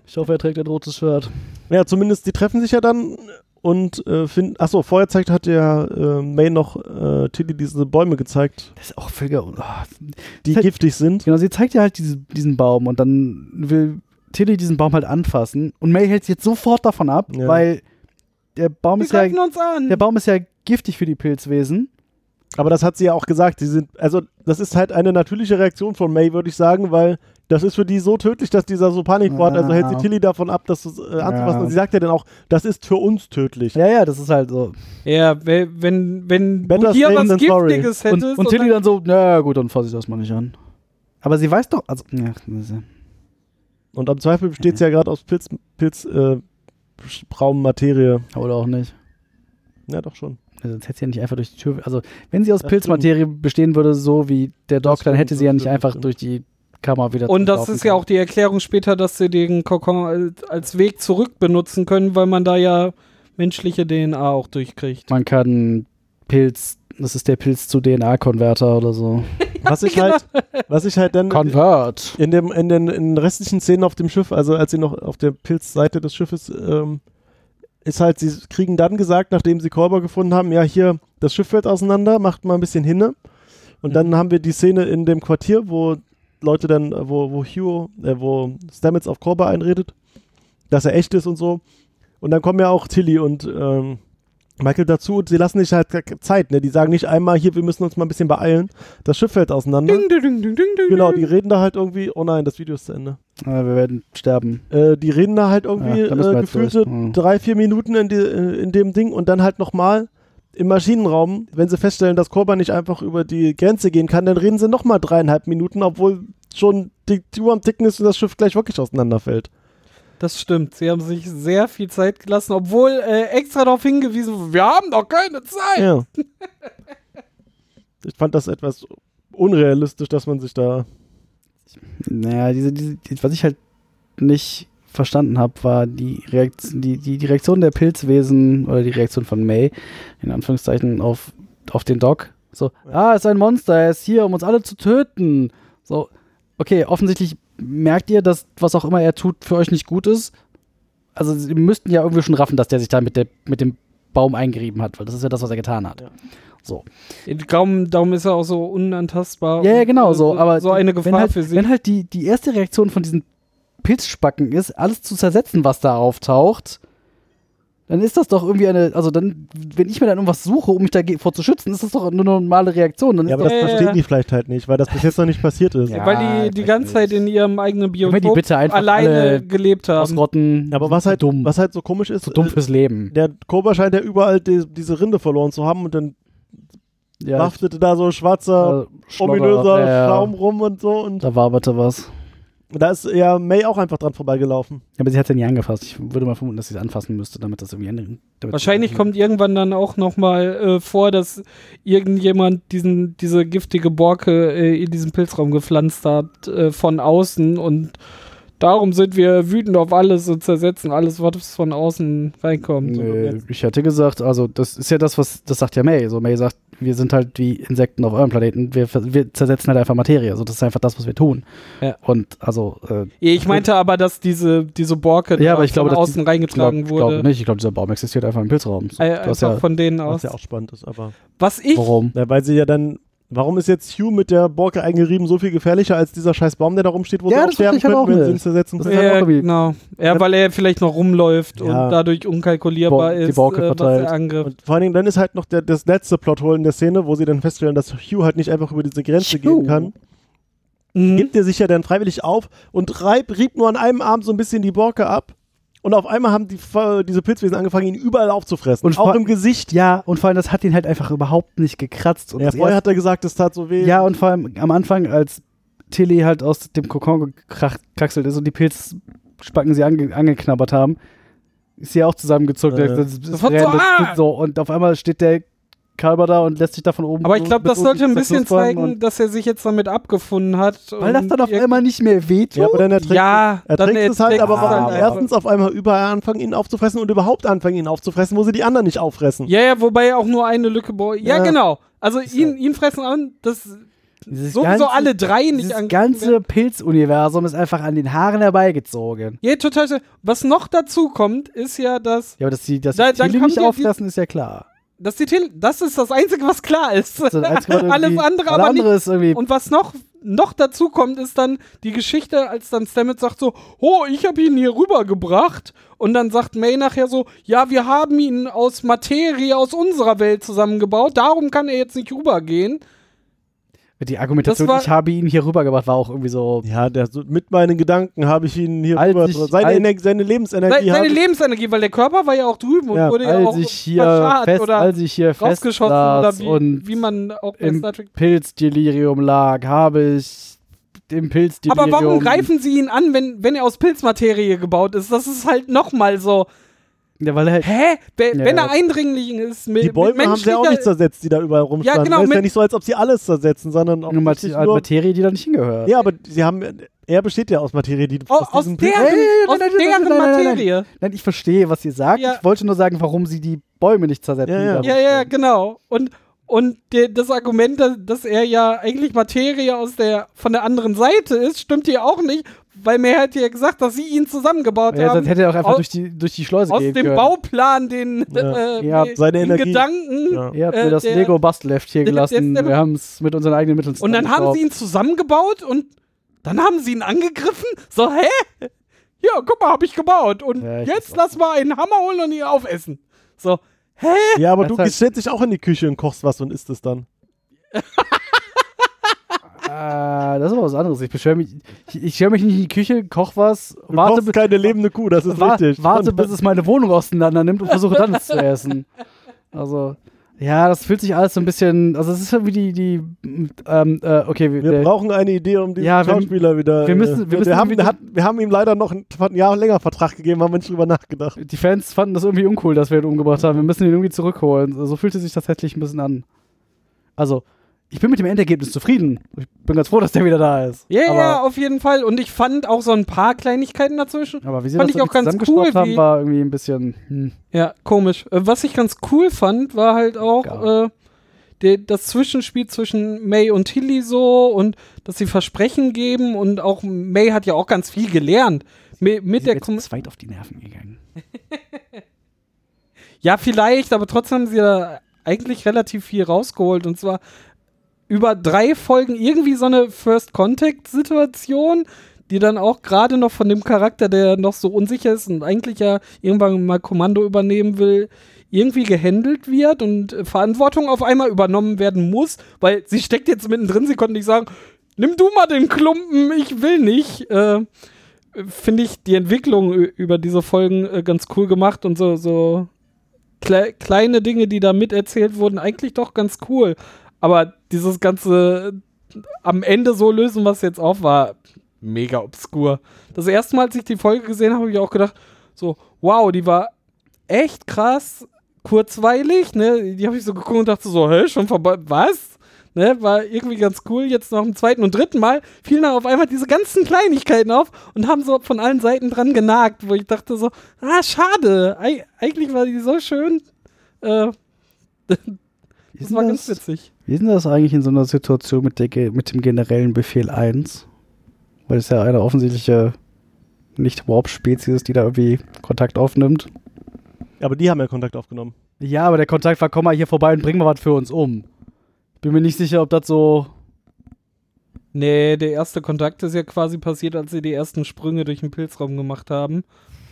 E: Ich hoffe, er trägt ein rotes Shirt.
D: Ja, zumindest die treffen sich ja dann und äh, finden. Achso, vorher zeigt hat ja äh, May noch äh, Tilly diese Bäume gezeigt,
E: Das ist auch völliger. Oh,
D: die
E: Zeig-
D: giftig sind.
E: Genau, sie zeigt ja halt diese, diesen Baum und dann will Tilly diesen Baum halt anfassen und May hält sie jetzt sofort davon ab,
D: Ja.
E: weil der Baum
B: Wir
E: ist ja,
B: greifen uns an.
E: der Baum ist ja giftig für die Pilzwesen.
D: Aber das hat sie ja auch gesagt. Sie sind, also das ist halt eine natürliche Reaktion von May, würde ich sagen, weil das ist für die so tödlich, dass dieser so Panik vor hat. Also hält sie
E: Ja.
D: Tilly davon ab, das äh, anzufassen.
E: Ja.
D: Und sie sagt ja dann auch, das ist für uns tödlich.
E: Ja, ja, das ist halt so.
B: ja, we- wenn, wenn du
D: Better
B: hier
D: safe
B: was
D: than sorry.
B: Giftiges
E: Und,
B: hättest.
E: und Tilly
B: dann-
E: dann so, na gut, dann fasse ich das mal nicht an. Aber sie weiß doch, also, ja, diese-
D: Und am Zweifel besteht es ja gerade aus Pilz, Pilz, äh, Raum Materie.
E: oder auch nicht.
D: Ja, doch schon.
E: Also, sonst hätte sie ja nicht einfach durch die Tür. Also, wenn sie aus
D: Das
E: Pilzmaterie bestehen würde, so wie der Doc, dann
D: stimmt,
E: hätte sie
D: das
E: ja nicht
D: stimmt, das
E: einfach
D: stimmt.
E: durch die Kammer wieder
B: Und das
E: laufen
B: ist ja
E: können.
B: auch die Erklärung später, dass sie den Kokon als- als Weg zurück benutzen können, weil man da ja menschliche DNA auch durchkriegt.
E: Man kann Pilz, das ist der Pilz zu DNA-Konverter oder so.
D: Was ich halt, was ich halt dann
E: Convert.
D: in, dem, in, den, in den restlichen Szenen auf dem Schiff, also als sie noch auf der Pilzseite des Schiffes, ähm, ist halt, sie kriegen dann gesagt, nachdem sie Kolber gefunden haben, ja, hier, das Schiff fällt auseinander, macht mal ein bisschen hinne. Und dann haben wir die Szene in dem Quartier, wo Leute dann, äh, wo, wo Hugh, äh, wo Stamets auf Kolber einredet, dass er echt ist und so. Und dann kommen ja auch Tilly und ähm, Michael dazu und sie lassen sich halt Zeit, ne? Die sagen nicht einmal hier, wir müssen uns mal ein bisschen beeilen. Das Schiff fällt
E: Mhm.
D: auseinander.
B: Ding, ding, ding, ding, ding, ding.
D: Genau, die reden da halt irgendwie, oh nein, das Video ist zu Ende.
E: Ah, wir werden sterben.
D: Äh, die reden da halt irgendwie
E: Ja, da müssen wir
D: äh,
E: jetzt
D: gefühlte
E: durch. Mhm.
D: drei, vier Minuten in, die, äh, in dem Ding und dann halt nochmal im Maschinenraum, wenn sie feststellen, dass Korban nicht einfach über die Grenze gehen kann, dann reden sie nochmal dreieinhalb Minuten, obwohl schon die die Uhr am Ticken ist und das Schiff gleich wirklich auseinanderfällt.
B: Das stimmt. Sie haben sich sehr viel Zeit gelassen, obwohl äh, extra darauf hingewiesen, wir haben doch keine Zeit.
D: Ja. ich fand das etwas unrealistisch, dass man sich da.
E: Naja, diese, diese, die, was ich halt nicht verstanden habe, war die Reaktion, die, die, die Reaktion der Pilzwesen oder die Reaktion von May, in Anführungszeichen, auf, auf den Doc. So, ah, es ist ein Monster, er ist hier, um uns alle zu töten. So, okay, offensichtlich merkt ihr, dass was auch immer er tut, für euch nicht gut ist. Also, sie müssten ja irgendwie schon raffen, dass der sich da mit, der, mit dem Baum eingerieben hat, weil das ist ja das, was er getan hat.
D: Ja.
E: So.
B: Darum, darum ist er auch so unantastbar.
E: Ja, ja,
B: und,
E: genau
B: äh,
E: so. Aber
B: so eine Gefahr
E: wenn halt,
B: für sie.
E: Wenn halt die, die erste Reaktion von diesen Pilzspacken ist, alles zu zersetzen, was da auftaucht, dann ist das doch irgendwie eine, also dann, wenn ich mir dann irgendwas suche, um mich da vor zu schützen, ist das doch eine normale Reaktion. Dann
D: Ja,
E: ist doch,
D: aber das
B: Ja, ja,
D: verstehen
B: ja.
D: die vielleicht halt nicht, weil das bis jetzt noch nicht passiert ist.
E: Ja.
B: weil die
E: ich
B: die
E: weiß
B: ganze Zeit
E: nicht.
B: in ihrem eigenen
E: wir die
B: Biotop
E: bitte einfach
B: alleine
E: alle
B: gelebt haben.
E: ausrotten.
D: ähm, Aber was halt,
E: dumm,
D: was halt so komisch ist,
E: so dumm fürs Leben.
D: Der Cobra scheint ja überall die, diese Rinde verloren zu haben und dann
E: Ja,
D: haftete da so ein schwarzer,
E: äh, Schlodder,
D: ominöser
E: ja,
D: Schaum rum und so. Und
E: Da waberte was.
D: da ist ja May auch einfach dran vorbeigelaufen.
E: Ja, aber sie hat ja nie angefasst. Ich würde mal vermuten, dass sie es anfassen müsste, damit das irgendwie ändern. damit-
B: Wahrscheinlich kommt irgendwann dann auch noch mal äh, vor, dass irgendjemand diesen diese giftige Borke äh, in diesen Pilzraum gepflanzt hat äh, von außen und darum sind wir wütend auf alles und zersetzen alles, was von außen reinkommt.
E: Nö, ich hätte gesagt, also das ist ja das, was das sagt ja May. So May sagt, wir sind halt wie Insekten auf eurem Planeten. Wir, ver- wir zersetzen halt einfach Materie. Also das ist einfach das, was wir tun.
B: Ja.
E: Und also äh,
B: Ich meinte aber, dass diese diese Borke
E: ja,
B: da
E: aber ich glaube,
B: von
E: dass
B: außen
E: die-
B: reingetragen
E: ich glaub, Ich
B: wurde.
E: glaube nicht. Ich glaube, dieser Baum existiert einfach im Pilzraum. So,
B: Äh,
E: du hast
B: einfach von denen aus.
D: Was ja auch spannend ist, aber.
B: Was ich
E: warum?
D: Ja, weil sie ja dann. Warum ist jetzt Hugh mit der Borke eingerieben so viel gefährlicher als dieser scheiß Baum, der da rumsteht, wo
E: Ja,
D: sie auch
E: das
D: sterben
E: verstehe ich
D: können,
E: halt auch
D: wenn sie ihn
E: nicht.
D: zersetzen?
E: Das
D: können?
E: ist halt auch
B: Ja,
E: irgendwie-
B: genau. Ja, weil er vielleicht noch rumläuft
D: Ja.
B: und dadurch unkalkulierbar
E: Bo- die
B: ist,
E: Borke
B: äh, was
E: verteilt.
B: der Angriff.
D: Und vor allen Dingen, dann ist halt noch der, das letzte Plothole in der Szene, wo sie dann feststellen, dass Hugh halt nicht einfach über diese Grenze
E: Hugh.
D: gehen kann.
B: Mhm.
D: gibt er sich ja dann freiwillig auf und reib, rieb nur an einem Arm so ein bisschen die Borke ab. Und auf einmal haben die, Fa- diese Pilzwesen angefangen, ihn überall aufzufressen.
E: Und
D: auch
E: vor-
D: im Gesicht.
E: Ja, und vor allem, das hat ihn halt einfach überhaupt nicht gekratzt. Und
D: Ja,
E: das
D: vorher
E: erste-
D: hat er gesagt, es tat so weh.
E: Ja, und vor allem am Anfang, als Tilly halt aus dem Kokon gekraxelt ist und die Pilzspacken sie ange angeknabbert haben, ist sie auch zusammengezuckt.
D: Äh.
E: Das, das, das,
B: Sofort so,
E: das,
B: ah!
E: so, und auf einmal steht der Kalber und lässt sich da von oben.
B: Aber ich glaube,
E: mit
B: das sollte ein bisschen
E: zerknuspern
B: zeigen,
E: und-
B: dass er sich jetzt damit abgefunden hat.
E: Weil das
B: und
E: dann auf
B: ir-
E: einmal nicht mehr weht.
D: Ja, aber dann erträgst,
B: Ja,
D: erträgst
B: dann
D: es halt,
B: erträgst
D: aber
E: es
D: warum
E: halt.
D: erstens auf einmal überall anfangen, ihn aufzufressen und überhaupt anfangen, ihn aufzufressen, wo sie die anderen nicht auffressen.
B: Ja, ja, wobei auch nur eine Lücke. bau- Ja,
D: Ja.
B: genau. Also ihn, ihn fressen an, das sowieso alle drei nicht ne?
E: Das
B: angegriffen
E: ganze Pilzuniversum ist einfach an den Haaren herbeigezogen.
B: Ja, total. schön. Was noch dazu kommt, ist ja, dass,
E: Ja, aber dass die, dass
B: Da-
E: die
B: dann
E: Tiere
B: kommt
E: nicht
B: ja die-
E: auffressen, ist ja klar.
B: dass die Tele das ist das Einzige, was klar ist.
E: Also das Einzige, was irgendwie-
B: Alles andere
E: alles
B: aber
E: andere
B: nicht.
E: ist irgendwie.
B: Und was noch, noch dazu kommt, ist dann die Geschichte, als dann Stamets sagt so, oh, ich habe ihn hier rübergebracht. Und dann sagt May nachher so, ja, wir haben ihn aus Materie aus unserer Welt zusammengebaut, darum kann er jetzt nicht rübergehen.
E: die Argumentation,
B: das war-
E: ich habe ihn hier rübergebracht, war auch irgendwie so.
D: Ja, der, so- mit meinen Gedanken habe ich ihn hier
E: Als
D: rüber.
E: ich-
D: Seine,
E: als-
D: Ener seine Lebensenergie
B: Seine, seine
D: habe ich-
B: Lebensenergie, weil der Körper war ja auch drüben und
E: Ja,
B: wurde ja auch
E: als, ich hier
B: verscharrt
E: fest,
B: oder
E: als ich hier fest
B: rausgeschossen oder
E: saß
B: wie,
E: und
B: wie man auch bei
E: im
B: Star Trek
E: Pilzdelirium lag, habe ich im Pilzdelirium.
B: Aber warum greifen sie ihn an, wenn, wenn er aus Pilzmaterie gebaut ist? Das ist halt nochmal so.
E: Ja, weil er halt.
B: Hä? We-
E: Ja.
B: Wenn er eindringlich ist, mit,
D: Die Bäume
B: mit
D: haben sie ja auch nicht
B: menschlicher-
D: zersetzt, die da überall rumstanden.
B: genau,
D: es ist ja
B: mit-
D: nicht so, als ob sie alles zersetzen, sondern auch
E: Eine Mat-
D: richtig nur,
E: Materie, die da nicht hingehört.
D: Ja, aber sie haben. Er besteht ja aus Materie, die
B: Au- aus
D: diesem
B: der-
D: Pil-
B: Nein,
E: Äh,
B: aus deren Materie.
E: Nein, nein. nein, ich verstehe, was ihr sagt.
B: Ja.
E: Ich wollte nur sagen, warum sie die Bäume nicht zersetzen.
D: Ja, ja.
E: die da
B: Ja, ja,
E: rumstehen.
B: genau. Und, und der, das Argument, dass, dass er ja eigentlich Materie aus der, von der anderen Seite ist, stimmt hier auch nicht, weil mir hat ja gesagt, dass sie ihn zusammengebaut
E: Ja,
B: haben.
E: sonst hätte er auch einfach
B: Au-
E: durch die, durch die Schleuse
B: aus
E: gehen
B: dem
E: können.
B: Bauplan, den
D: Ja.
B: äh,
E: Ja,
B: den
D: seine Energie.
B: Gedanken.
D: Ja.
E: Ihr habt
B: äh,
E: mir das
B: der-
E: Lego Bastleft hier
B: der- der-
E: gelassen.
B: der-
E: Wir haben es mit unseren eigenen Mitteln
B: Und dann haben sie ihn zusammengebaut und dann haben sie ihn angegriffen. So, hä? Ja, guck mal, hab ich gebaut. Und
E: Ja, ich
B: jetzt
E: weiß
B: lass mal einen Hammer holen und ihn aufessen. So, hä?
D: Ja, aber
E: Das
D: du
E: heißt-
D: gehst- stellst dich auch in die Küche und kochst was und isst es dann.
E: Ah, das ist aber was anderes. Ich beschwöre mich, ich, ich stell mich nicht in die Küche, koch was,
D: Du
E: warte,
D: kochst
E: bis,
D: keine lebende Kuh, das ist
E: wa
D: richtig.
E: warte
D: Und-
E: bis es meine Wohnung auseinander nimmt und versuche dann es zu essen. Also, ja, das fühlt sich alles so ein bisschen. Also, es ist irgendwie die. die ähm, äh, okay,
D: Wir
E: der,
D: brauchen eine Idee, um diesen
E: Ja, wir-
D: Schauspieler wieder.
E: wir müssen- wir
D: äh,
E: müssen
D: haben,
E: irgendwie-
D: hat, wir haben ihm leider noch ein, ein Jahr länger Vertrag gegeben, haben wir nicht drüber nachgedacht.
E: die Fans fanden das irgendwie uncool, dass wir ihn umgebracht haben. Wir müssen ihn irgendwie zurückholen. So fühlte sich das tatsächlich ein bisschen an. Also, ich bin mit dem Endergebnis zufrieden. Ich bin ganz froh, dass der wieder da ist.
B: Ja,
E: aber,
B: ja, auf jeden Fall. Und ich fand auch so ein paar Kleinigkeiten dazwischen.
E: aber wie sie
B: fand
E: das
B: ich auch
E: irgendwie
B: ganz cool,
E: zusammengestopft haben,
B: wie-
E: war irgendwie ein bisschen. Hm.
B: Ja, komisch. Äh, Was ich ganz cool fand, war halt auch
E: Egal.
B: äh, der, das Zwischenspiel zwischen May und Tilly so und dass sie Versprechen geben und auch May hat ja auch ganz viel gelernt. Mi- Mit
E: Sie
B: der
E: sind
B: Kom
E: jetzt zweit auf die Nerven gegangen.
B: Ja, vielleicht, aber trotzdem haben sie da eigentlich relativ viel rausgeholt. Und zwar über drei Folgen irgendwie so eine First Contact-Situation, die dann auch gerade noch von dem Charakter, der noch so unsicher ist und eigentlich ja irgendwann mal Kommando übernehmen will, irgendwie gehandelt wird und äh, Verantwortung auf einmal übernommen werden muss, weil sie steckt jetzt mittendrin, sie konnte nicht sagen, nimm du mal den Klumpen, ich will nicht. Äh, Finde ich die Entwicklung ü- über diese Folgen äh, ganz cool gemacht und so, so kle kleine Dinge, die da miterzählt wurden, eigentlich doch ganz cool. Aber dieses ganze äh, am Ende so lösen, was jetzt auch war, mega obskur. Das erste Mal, als ich die Folge gesehen habe, habe ich auch gedacht, so, wow, die war echt krass, kurzweilig, ne? Die habe ich so geguckt und dachte so, hä, schon vorbei, was? Ne, war irgendwie ganz cool. Jetzt nach dem zweiten und dritten Mal fielen da auf einmal diese ganzen Kleinigkeiten auf und haben so von allen Seiten dran genagt, wo ich dachte so, ah, schade. Ei- eigentlich war die so schön. Äh,
E: Wie
B: das
E: sind
B: war ganz
E: das,
B: witzig.
E: wie sind das eigentlich in so einer Situation mit, der, ge- mit dem generellen Befehl 1? Weil es ja eine offensichtliche Nicht-Warp-Spezies ist, die da irgendwie Kontakt aufnimmt.
D: Aber die haben ja Kontakt aufgenommen.
E: Ja, aber der Kontakt war, komm mal hier vorbei und bring mal was für uns um. Bin mir nicht sicher, ob das so.
B: Nee, der erste Kontakt ist ja quasi passiert, als sie die ersten Sprünge durch den Pilzraum gemacht haben.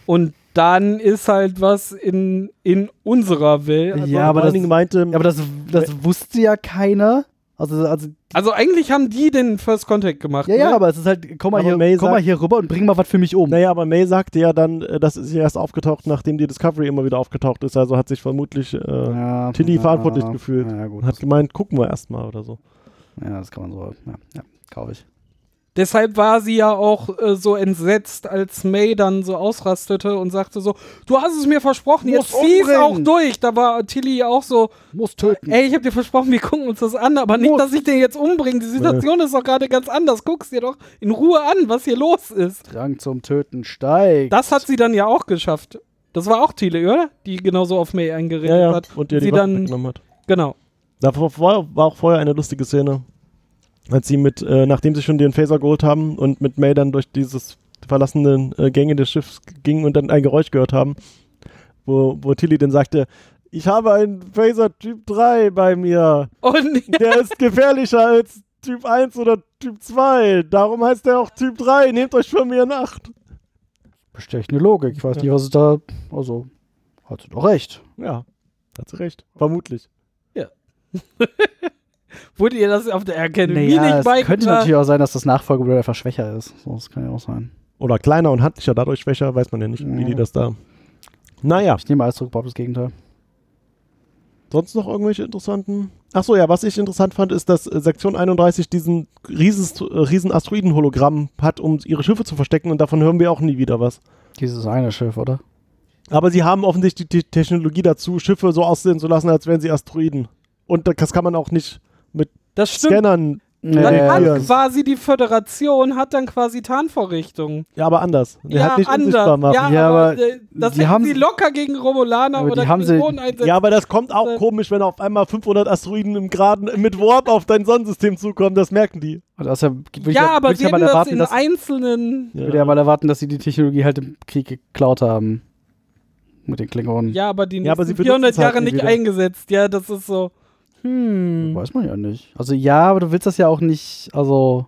B: Und dann ist halt was in, in unserer Welt. Also,
E: Ja, aber
D: Vor allen
E: das-
D: Dingen meinte,
E: Ja, aber das, das wusste ja keiner. Also, also
B: also eigentlich haben die den First Contact gemacht.
E: ja, ja,
B: ne?
E: aber es ist halt, komm mal,
D: Aber
E: hier,
D: May
E: komm mal
D: sagt-
E: hier rüber und bring mal was für mich um.
D: naja, aber May sagte ja dann, äh, das ist ja erst aufgetaucht, nachdem die Discovery immer wieder aufgetaucht ist. Also hat sich vermutlich äh,
E: Ja,
D: Tilly verantwortlich gefühlt
E: Ja, gut.
D: und hat gemeint, gucken wir erstmal oder so.
E: Ja, das kann man so. Ja, ja kaufe ich.
B: Deshalb war sie ja auch äh, so entsetzt, als May dann so ausrastete und sagte so, du hast es mir versprochen,
E: Muss
B: jetzt zieh es
E: umbringen."
B: auch durch. Da war Tilly auch so,
E: Muss töten.
B: ey, ich hab dir versprochen, wir gucken uns das an, aber nicht, dass ich den jetzt umbringe. Die Situation ist doch gerade ganz anders. Guck's dir doch in Ruhe an, was hier los ist.
E: Drang zum Töten steigt.
B: Das hat sie dann ja auch geschafft. Das war auch Tilly, oder? Die genauso auf May eingeredet
D: Ja, ja.
B: hat.
D: Und ihr
B: sie
D: die Waffe
B: dann,
D: weggenommen hat.
B: genau.
D: Da war, war auch vorher eine lustige Szene, als sie mit, äh, nachdem sie schon den Phaser geholt haben und mit May dann durch dieses verlassene äh, Gänge des Schiffs gingen und dann ein Geräusch gehört haben, wo, wo Tilly dann sagte, ich habe einen Phaser Typ 3 bei mir.
B: Und
D: Der ist gefährlicher als Typ 1 oder Typ 2. Darum heißt er auch Typ 3. Nehmt euch von mir in Acht.
E: bestechende Logik. Ich weiß nicht, was es da. Also, hat sie doch recht.
D: Ja, hat sie recht. Vermutlich.
B: wurde ihr das auf der Academy
E: Naja,
B: nicht
E: es könnte
B: beigebracht?
E: natürlich auch sein, dass das Nachfolgebild einfach schwächer ist. So, das kann ja auch sein.
D: Oder kleiner und handlicher, dadurch schwächer, weiß man ja nicht, wie die das da. Naja.
E: Ich nehme alles zurück, Bob, das Gegenteil.
D: Sonst noch irgendwelche interessanten? Achso, ja, was ich interessant fand, ist, dass äh, Sektion 31 diesen Rieses, äh, riesen Asteroiden-Hologramm hat, um ihre Schiffe zu verstecken und davon hören wir auch nie wieder was.
E: Dieses eine Schiff, oder?
D: Aber sie haben offensichtlich die Technologie dazu, Schiffe so aussehen zu lassen, als wären sie Asteroiden. Und das kann man auch nicht mit
B: Das stimmt.
D: Scannern,
E: Äh,
B: Dann
D: Ja,
B: hat
D: ja, ja.
B: quasi die Föderation, hat dann quasi Tarnvorrichtungen.
D: ja, aber anders. Der
B: ja,
D: hat nicht
B: anders.
D: unsichtbar machen.
B: Ja,
E: Ja,
B: aber,
E: aber
B: äh, das
E: die
B: hätten
E: haben-
B: sie locker gegen Romulaner
E: Aber die
B: oder
E: haben sie-
B: Klingonen einsetzen.
D: Ja, aber das kommt auch
B: Äh,
D: komisch, wenn auf einmal 500 Asteroiden im Graden mit Warp auf dein Sonnensystem zukommen, das merken die.
E: Und außerdem würde
B: ja,
E: ich,
B: aber
E: würde ich
B: sie
E: ja mal
B: hätten das
E: erwarten,
B: in
E: dass,
B: einzelnen.
E: würde ja mal erwarten, dass sie die Technologie halt im Krieg geklaut haben. Mit den Klingonen.
B: Ja, aber die
D: Ja, aber sie
B: nächsten
D: benutzen
B: 400
D: es halt
B: Jahre
D: nie
B: nicht
D: wieder.
B: eingesetzt. Ja, das ist so. Hm.
E: Weiß man ja nicht. Also ja, aber du willst das ja auch nicht, also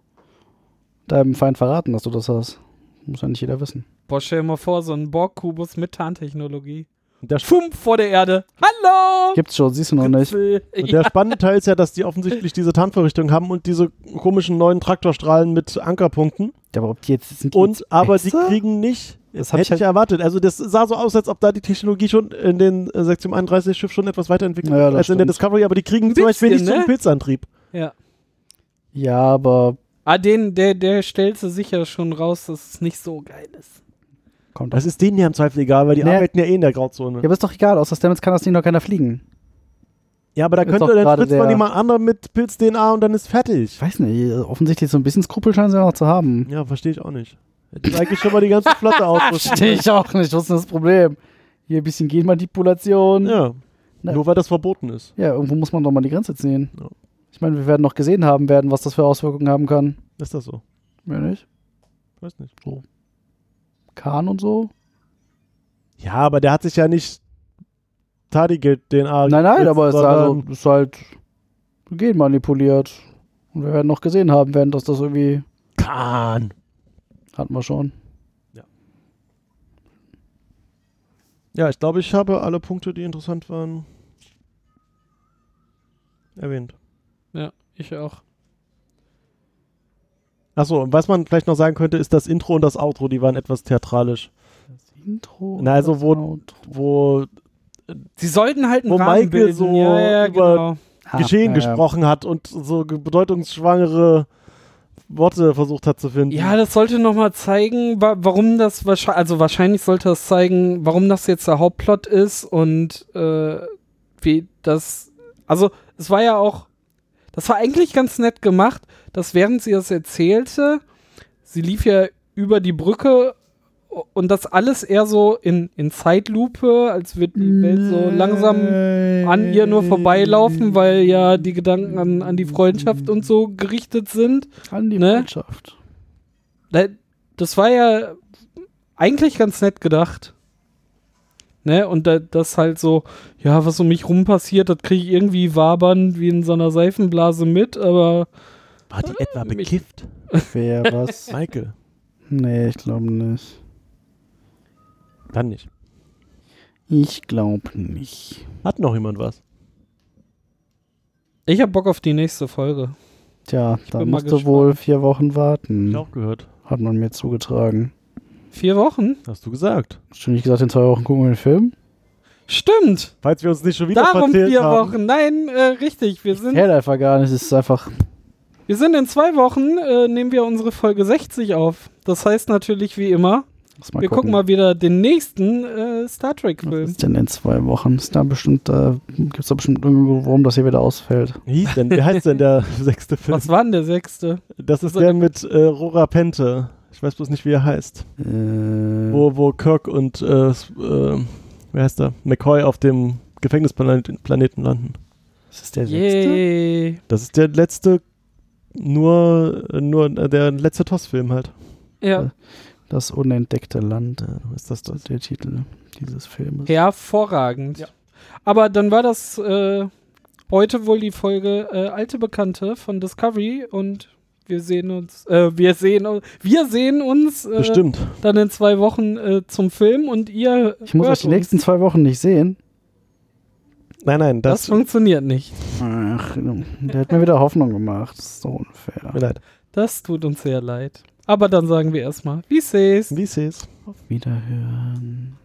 E: deinem Feind verraten, dass du das hast. Muss ja nicht jeder wissen.
B: Boah, stell dir mal vor, so ein Borg-Kubus mit Tarntechnologie.
D: Und der, Sp-
B: Schwumpf vor der Erde. Hallo!
E: Gibt's schon, siehst du noch nicht.
D: und
B: Ja,
D: der spannende Teil ist ja, dass die offensichtlich diese Tarnvorrichtung haben und diese komischen neuen Traktorstrahlen mit Ankerpunkten.
E: Ja, aber ob die jetzt sind die
D: Und aber sie
E: extra?
D: kriegen nicht.
E: Das
D: Das
E: hab
D: hätte
E: ich
D: ich,
E: halt-
D: erwartet. Also das sah so aus, als ob da die Technologie schon in den äh, Sektion 31 Schiff schon etwas weiterentwickelt
E: Ja,
D: wird
E: das
D: als in der
E: stimmt.
D: Discovery, aber die kriegen
B: Ein
D: zum Beispiel
B: bisschen,
D: nicht so einen
B: ne?
D: Pilzantrieb.
B: ja.
E: Ja, aber
B: Ah, den, der, der stellt sie sicher schon raus, dass es nicht so geil ist.
E: kommt
D: Das ist denen ja im Zweifel egal, weil die
E: Nee.
D: arbeiten ja eh in der
E: Ja,
D: Grauzone.
E: aber ist doch egal, außer Stamets kann das Ding doch keiner fliegen.
D: Ja, aber da
E: Ist
D: könnte
E: doch
D: dann
E: gerade
D: spritzt man
E: der-
D: jemand anderen mit Pilz-DNA und dann ist fertig.
E: Ich weiß nicht, also offensichtlich so ein bisschen Skrupel scheinen sie ja noch zu haben.
D: Ja, verstehe ich auch nicht. Hätte ich eigentlich schon mal die ganze Flotte ausrüsten.
E: Verstehe ich auch nicht, was ist denn das Problem? Hier ein bisschen Genmanipulation.
D: Ja.
E: Na-
D: Nur weil das verboten ist.
E: Ja, irgendwo muss man doch mal die Grenze ziehen.
D: Ja.
E: Ich meine, wir werden noch gesehen haben werden, was das für Auswirkungen haben kann.
D: Ist das so?
E: Ja, nicht?
D: Weiß nicht.
E: Kahn und so?
D: Ja, aber der hat sich ja nicht Tardigild DNA
E: Nein, nein,
D: gesetzt,
E: aber es ist,
D: sondern-
E: also, ist halt genmanipuliert. Und wir werden noch gesehen haben werden, dass das irgendwie
D: Kahn.
E: hatten wir schon.
D: Ja, ich glaube, ich habe alle Punkte, die interessant waren, erwähnt.
B: Ja, ich auch.
D: Achso, und was man vielleicht noch sagen könnte, ist das Intro und das Outro, die waren etwas theatralisch.
E: Das Intro.
D: Na, also
E: das
D: wo-
E: Outro.
D: Wo
B: Sie sollten halt einen
D: Wo
B: Rahmen
D: Michael
B: bilden.
D: so
B: ja, ja,
D: über-
B: genau.
E: Ah,
D: Geschehen
E: ja, ja.
D: gesprochen hat und so ge- bedeutungsschwangere Worte versucht hat zu finden.
B: Ja, das sollte nochmal zeigen, wa warum das wahrscheinlich, also wahrscheinlich sollte das zeigen, warum das jetzt der Hauptplot ist und äh, wie das, also es war ja auch, das war eigentlich ganz nett gemacht, dass während sie das erzählte, sie lief ja über die Brücke und das alles eher so in, in Zeitlupe, als wird die Welt so langsam an ihr
E: Mm.
B: nur vorbeilaufen, weil ja die Gedanken an, an die Freundschaft und so gerichtet sind.
E: An die
B: ne?
E: Freundschaft.
B: Da- Das war ja eigentlich ganz nett gedacht. Ne? Und da, das halt so, ja, was um mich rum passiert, das kriege ich irgendwie wabernd wie in so einer Seifenblase mit, aber
D: War die etwa
B: mich-
D: bekifft?
E: Wer was?
D: Michael.
E: Nee, ich glaube nicht.
D: Dann nicht.
E: Ich glaube nicht.
D: Hat noch jemand was?
B: ich habe Bock auf die nächste Folge.
E: Tja, dann
B: bin mal
E: musst du wohl vier Wochen
D: Hab
E: warten.
D: ich auch gehört.
E: Hat man mir zugetragen.
B: Vier Wochen?
D: Hast du gesagt.
E: Hast du nicht gesagt, in zwei Wochen gucken wir den Film?
B: Stimmt!
D: Falls wir uns nicht schon wieder
B: Darum
D: verzählt
B: vier
D: haben.
B: Wochen. Nein, äh, richtig. Wir sind,
E: Hält einfach gar nicht, es ist einfach
B: Wir sind in zwei Wochen, äh, nehmen wir unsere Folge 60 auf. Das heißt natürlich wie immer,
E: Lass mal
B: wir gucken mal wieder den nächsten äh, Star
E: Was
B: Trek-Film.
E: ist denn in zwei Wochen? Ist da bestimmt, äh, gibt es da bestimmt irgendwo, warum das hier wieder ausfällt?
D: Wie, hieß denn, wie heißt denn der sechste Film?
B: Was war denn der sechste?
D: Das ist der mit äh, Rora Pente. Ich weiß bloß nicht, wie er heißt.
E: Äh,
D: Wo, wo Kirk und, äh, s- äh, wie heißt er? McCoy auf dem Gefängnisplaneten Planeten landen.
E: Ist das der sechste?
B: Yay.
D: Das ist der letzte, nur, nur äh, der letzte TOS-Film halt.
B: Ja,
E: Äh. Das unentdeckte Land.
D: Ja, ist das
E: Das
D: das?
E: ist der Titel dieses Filmes.
B: hervorragend.
D: Ja.
B: Aber dann war das äh, heute wohl die Folge äh, Alte Bekannte von Discovery und wir sehen uns, äh, wir sehen, u- wir sehen uns äh,
D: Bestimmt.
B: dann in zwei Wochen äh, zum Film und ihr
E: Ich muss
B: hört
E: euch die
B: uns.
E: nächsten zwei Wochen nicht sehen.
D: Nein, nein,
B: Das
D: das.
B: funktioniert nicht.
E: Ach, der hat mir wieder Hoffnung gemacht. Das ist so unfair.
D: Mir leid.
B: Das tut uns sehr leid. Aber dann sagen wir erstmal, wie sees.
D: Wie ist es?
E: Auf Wiederhören.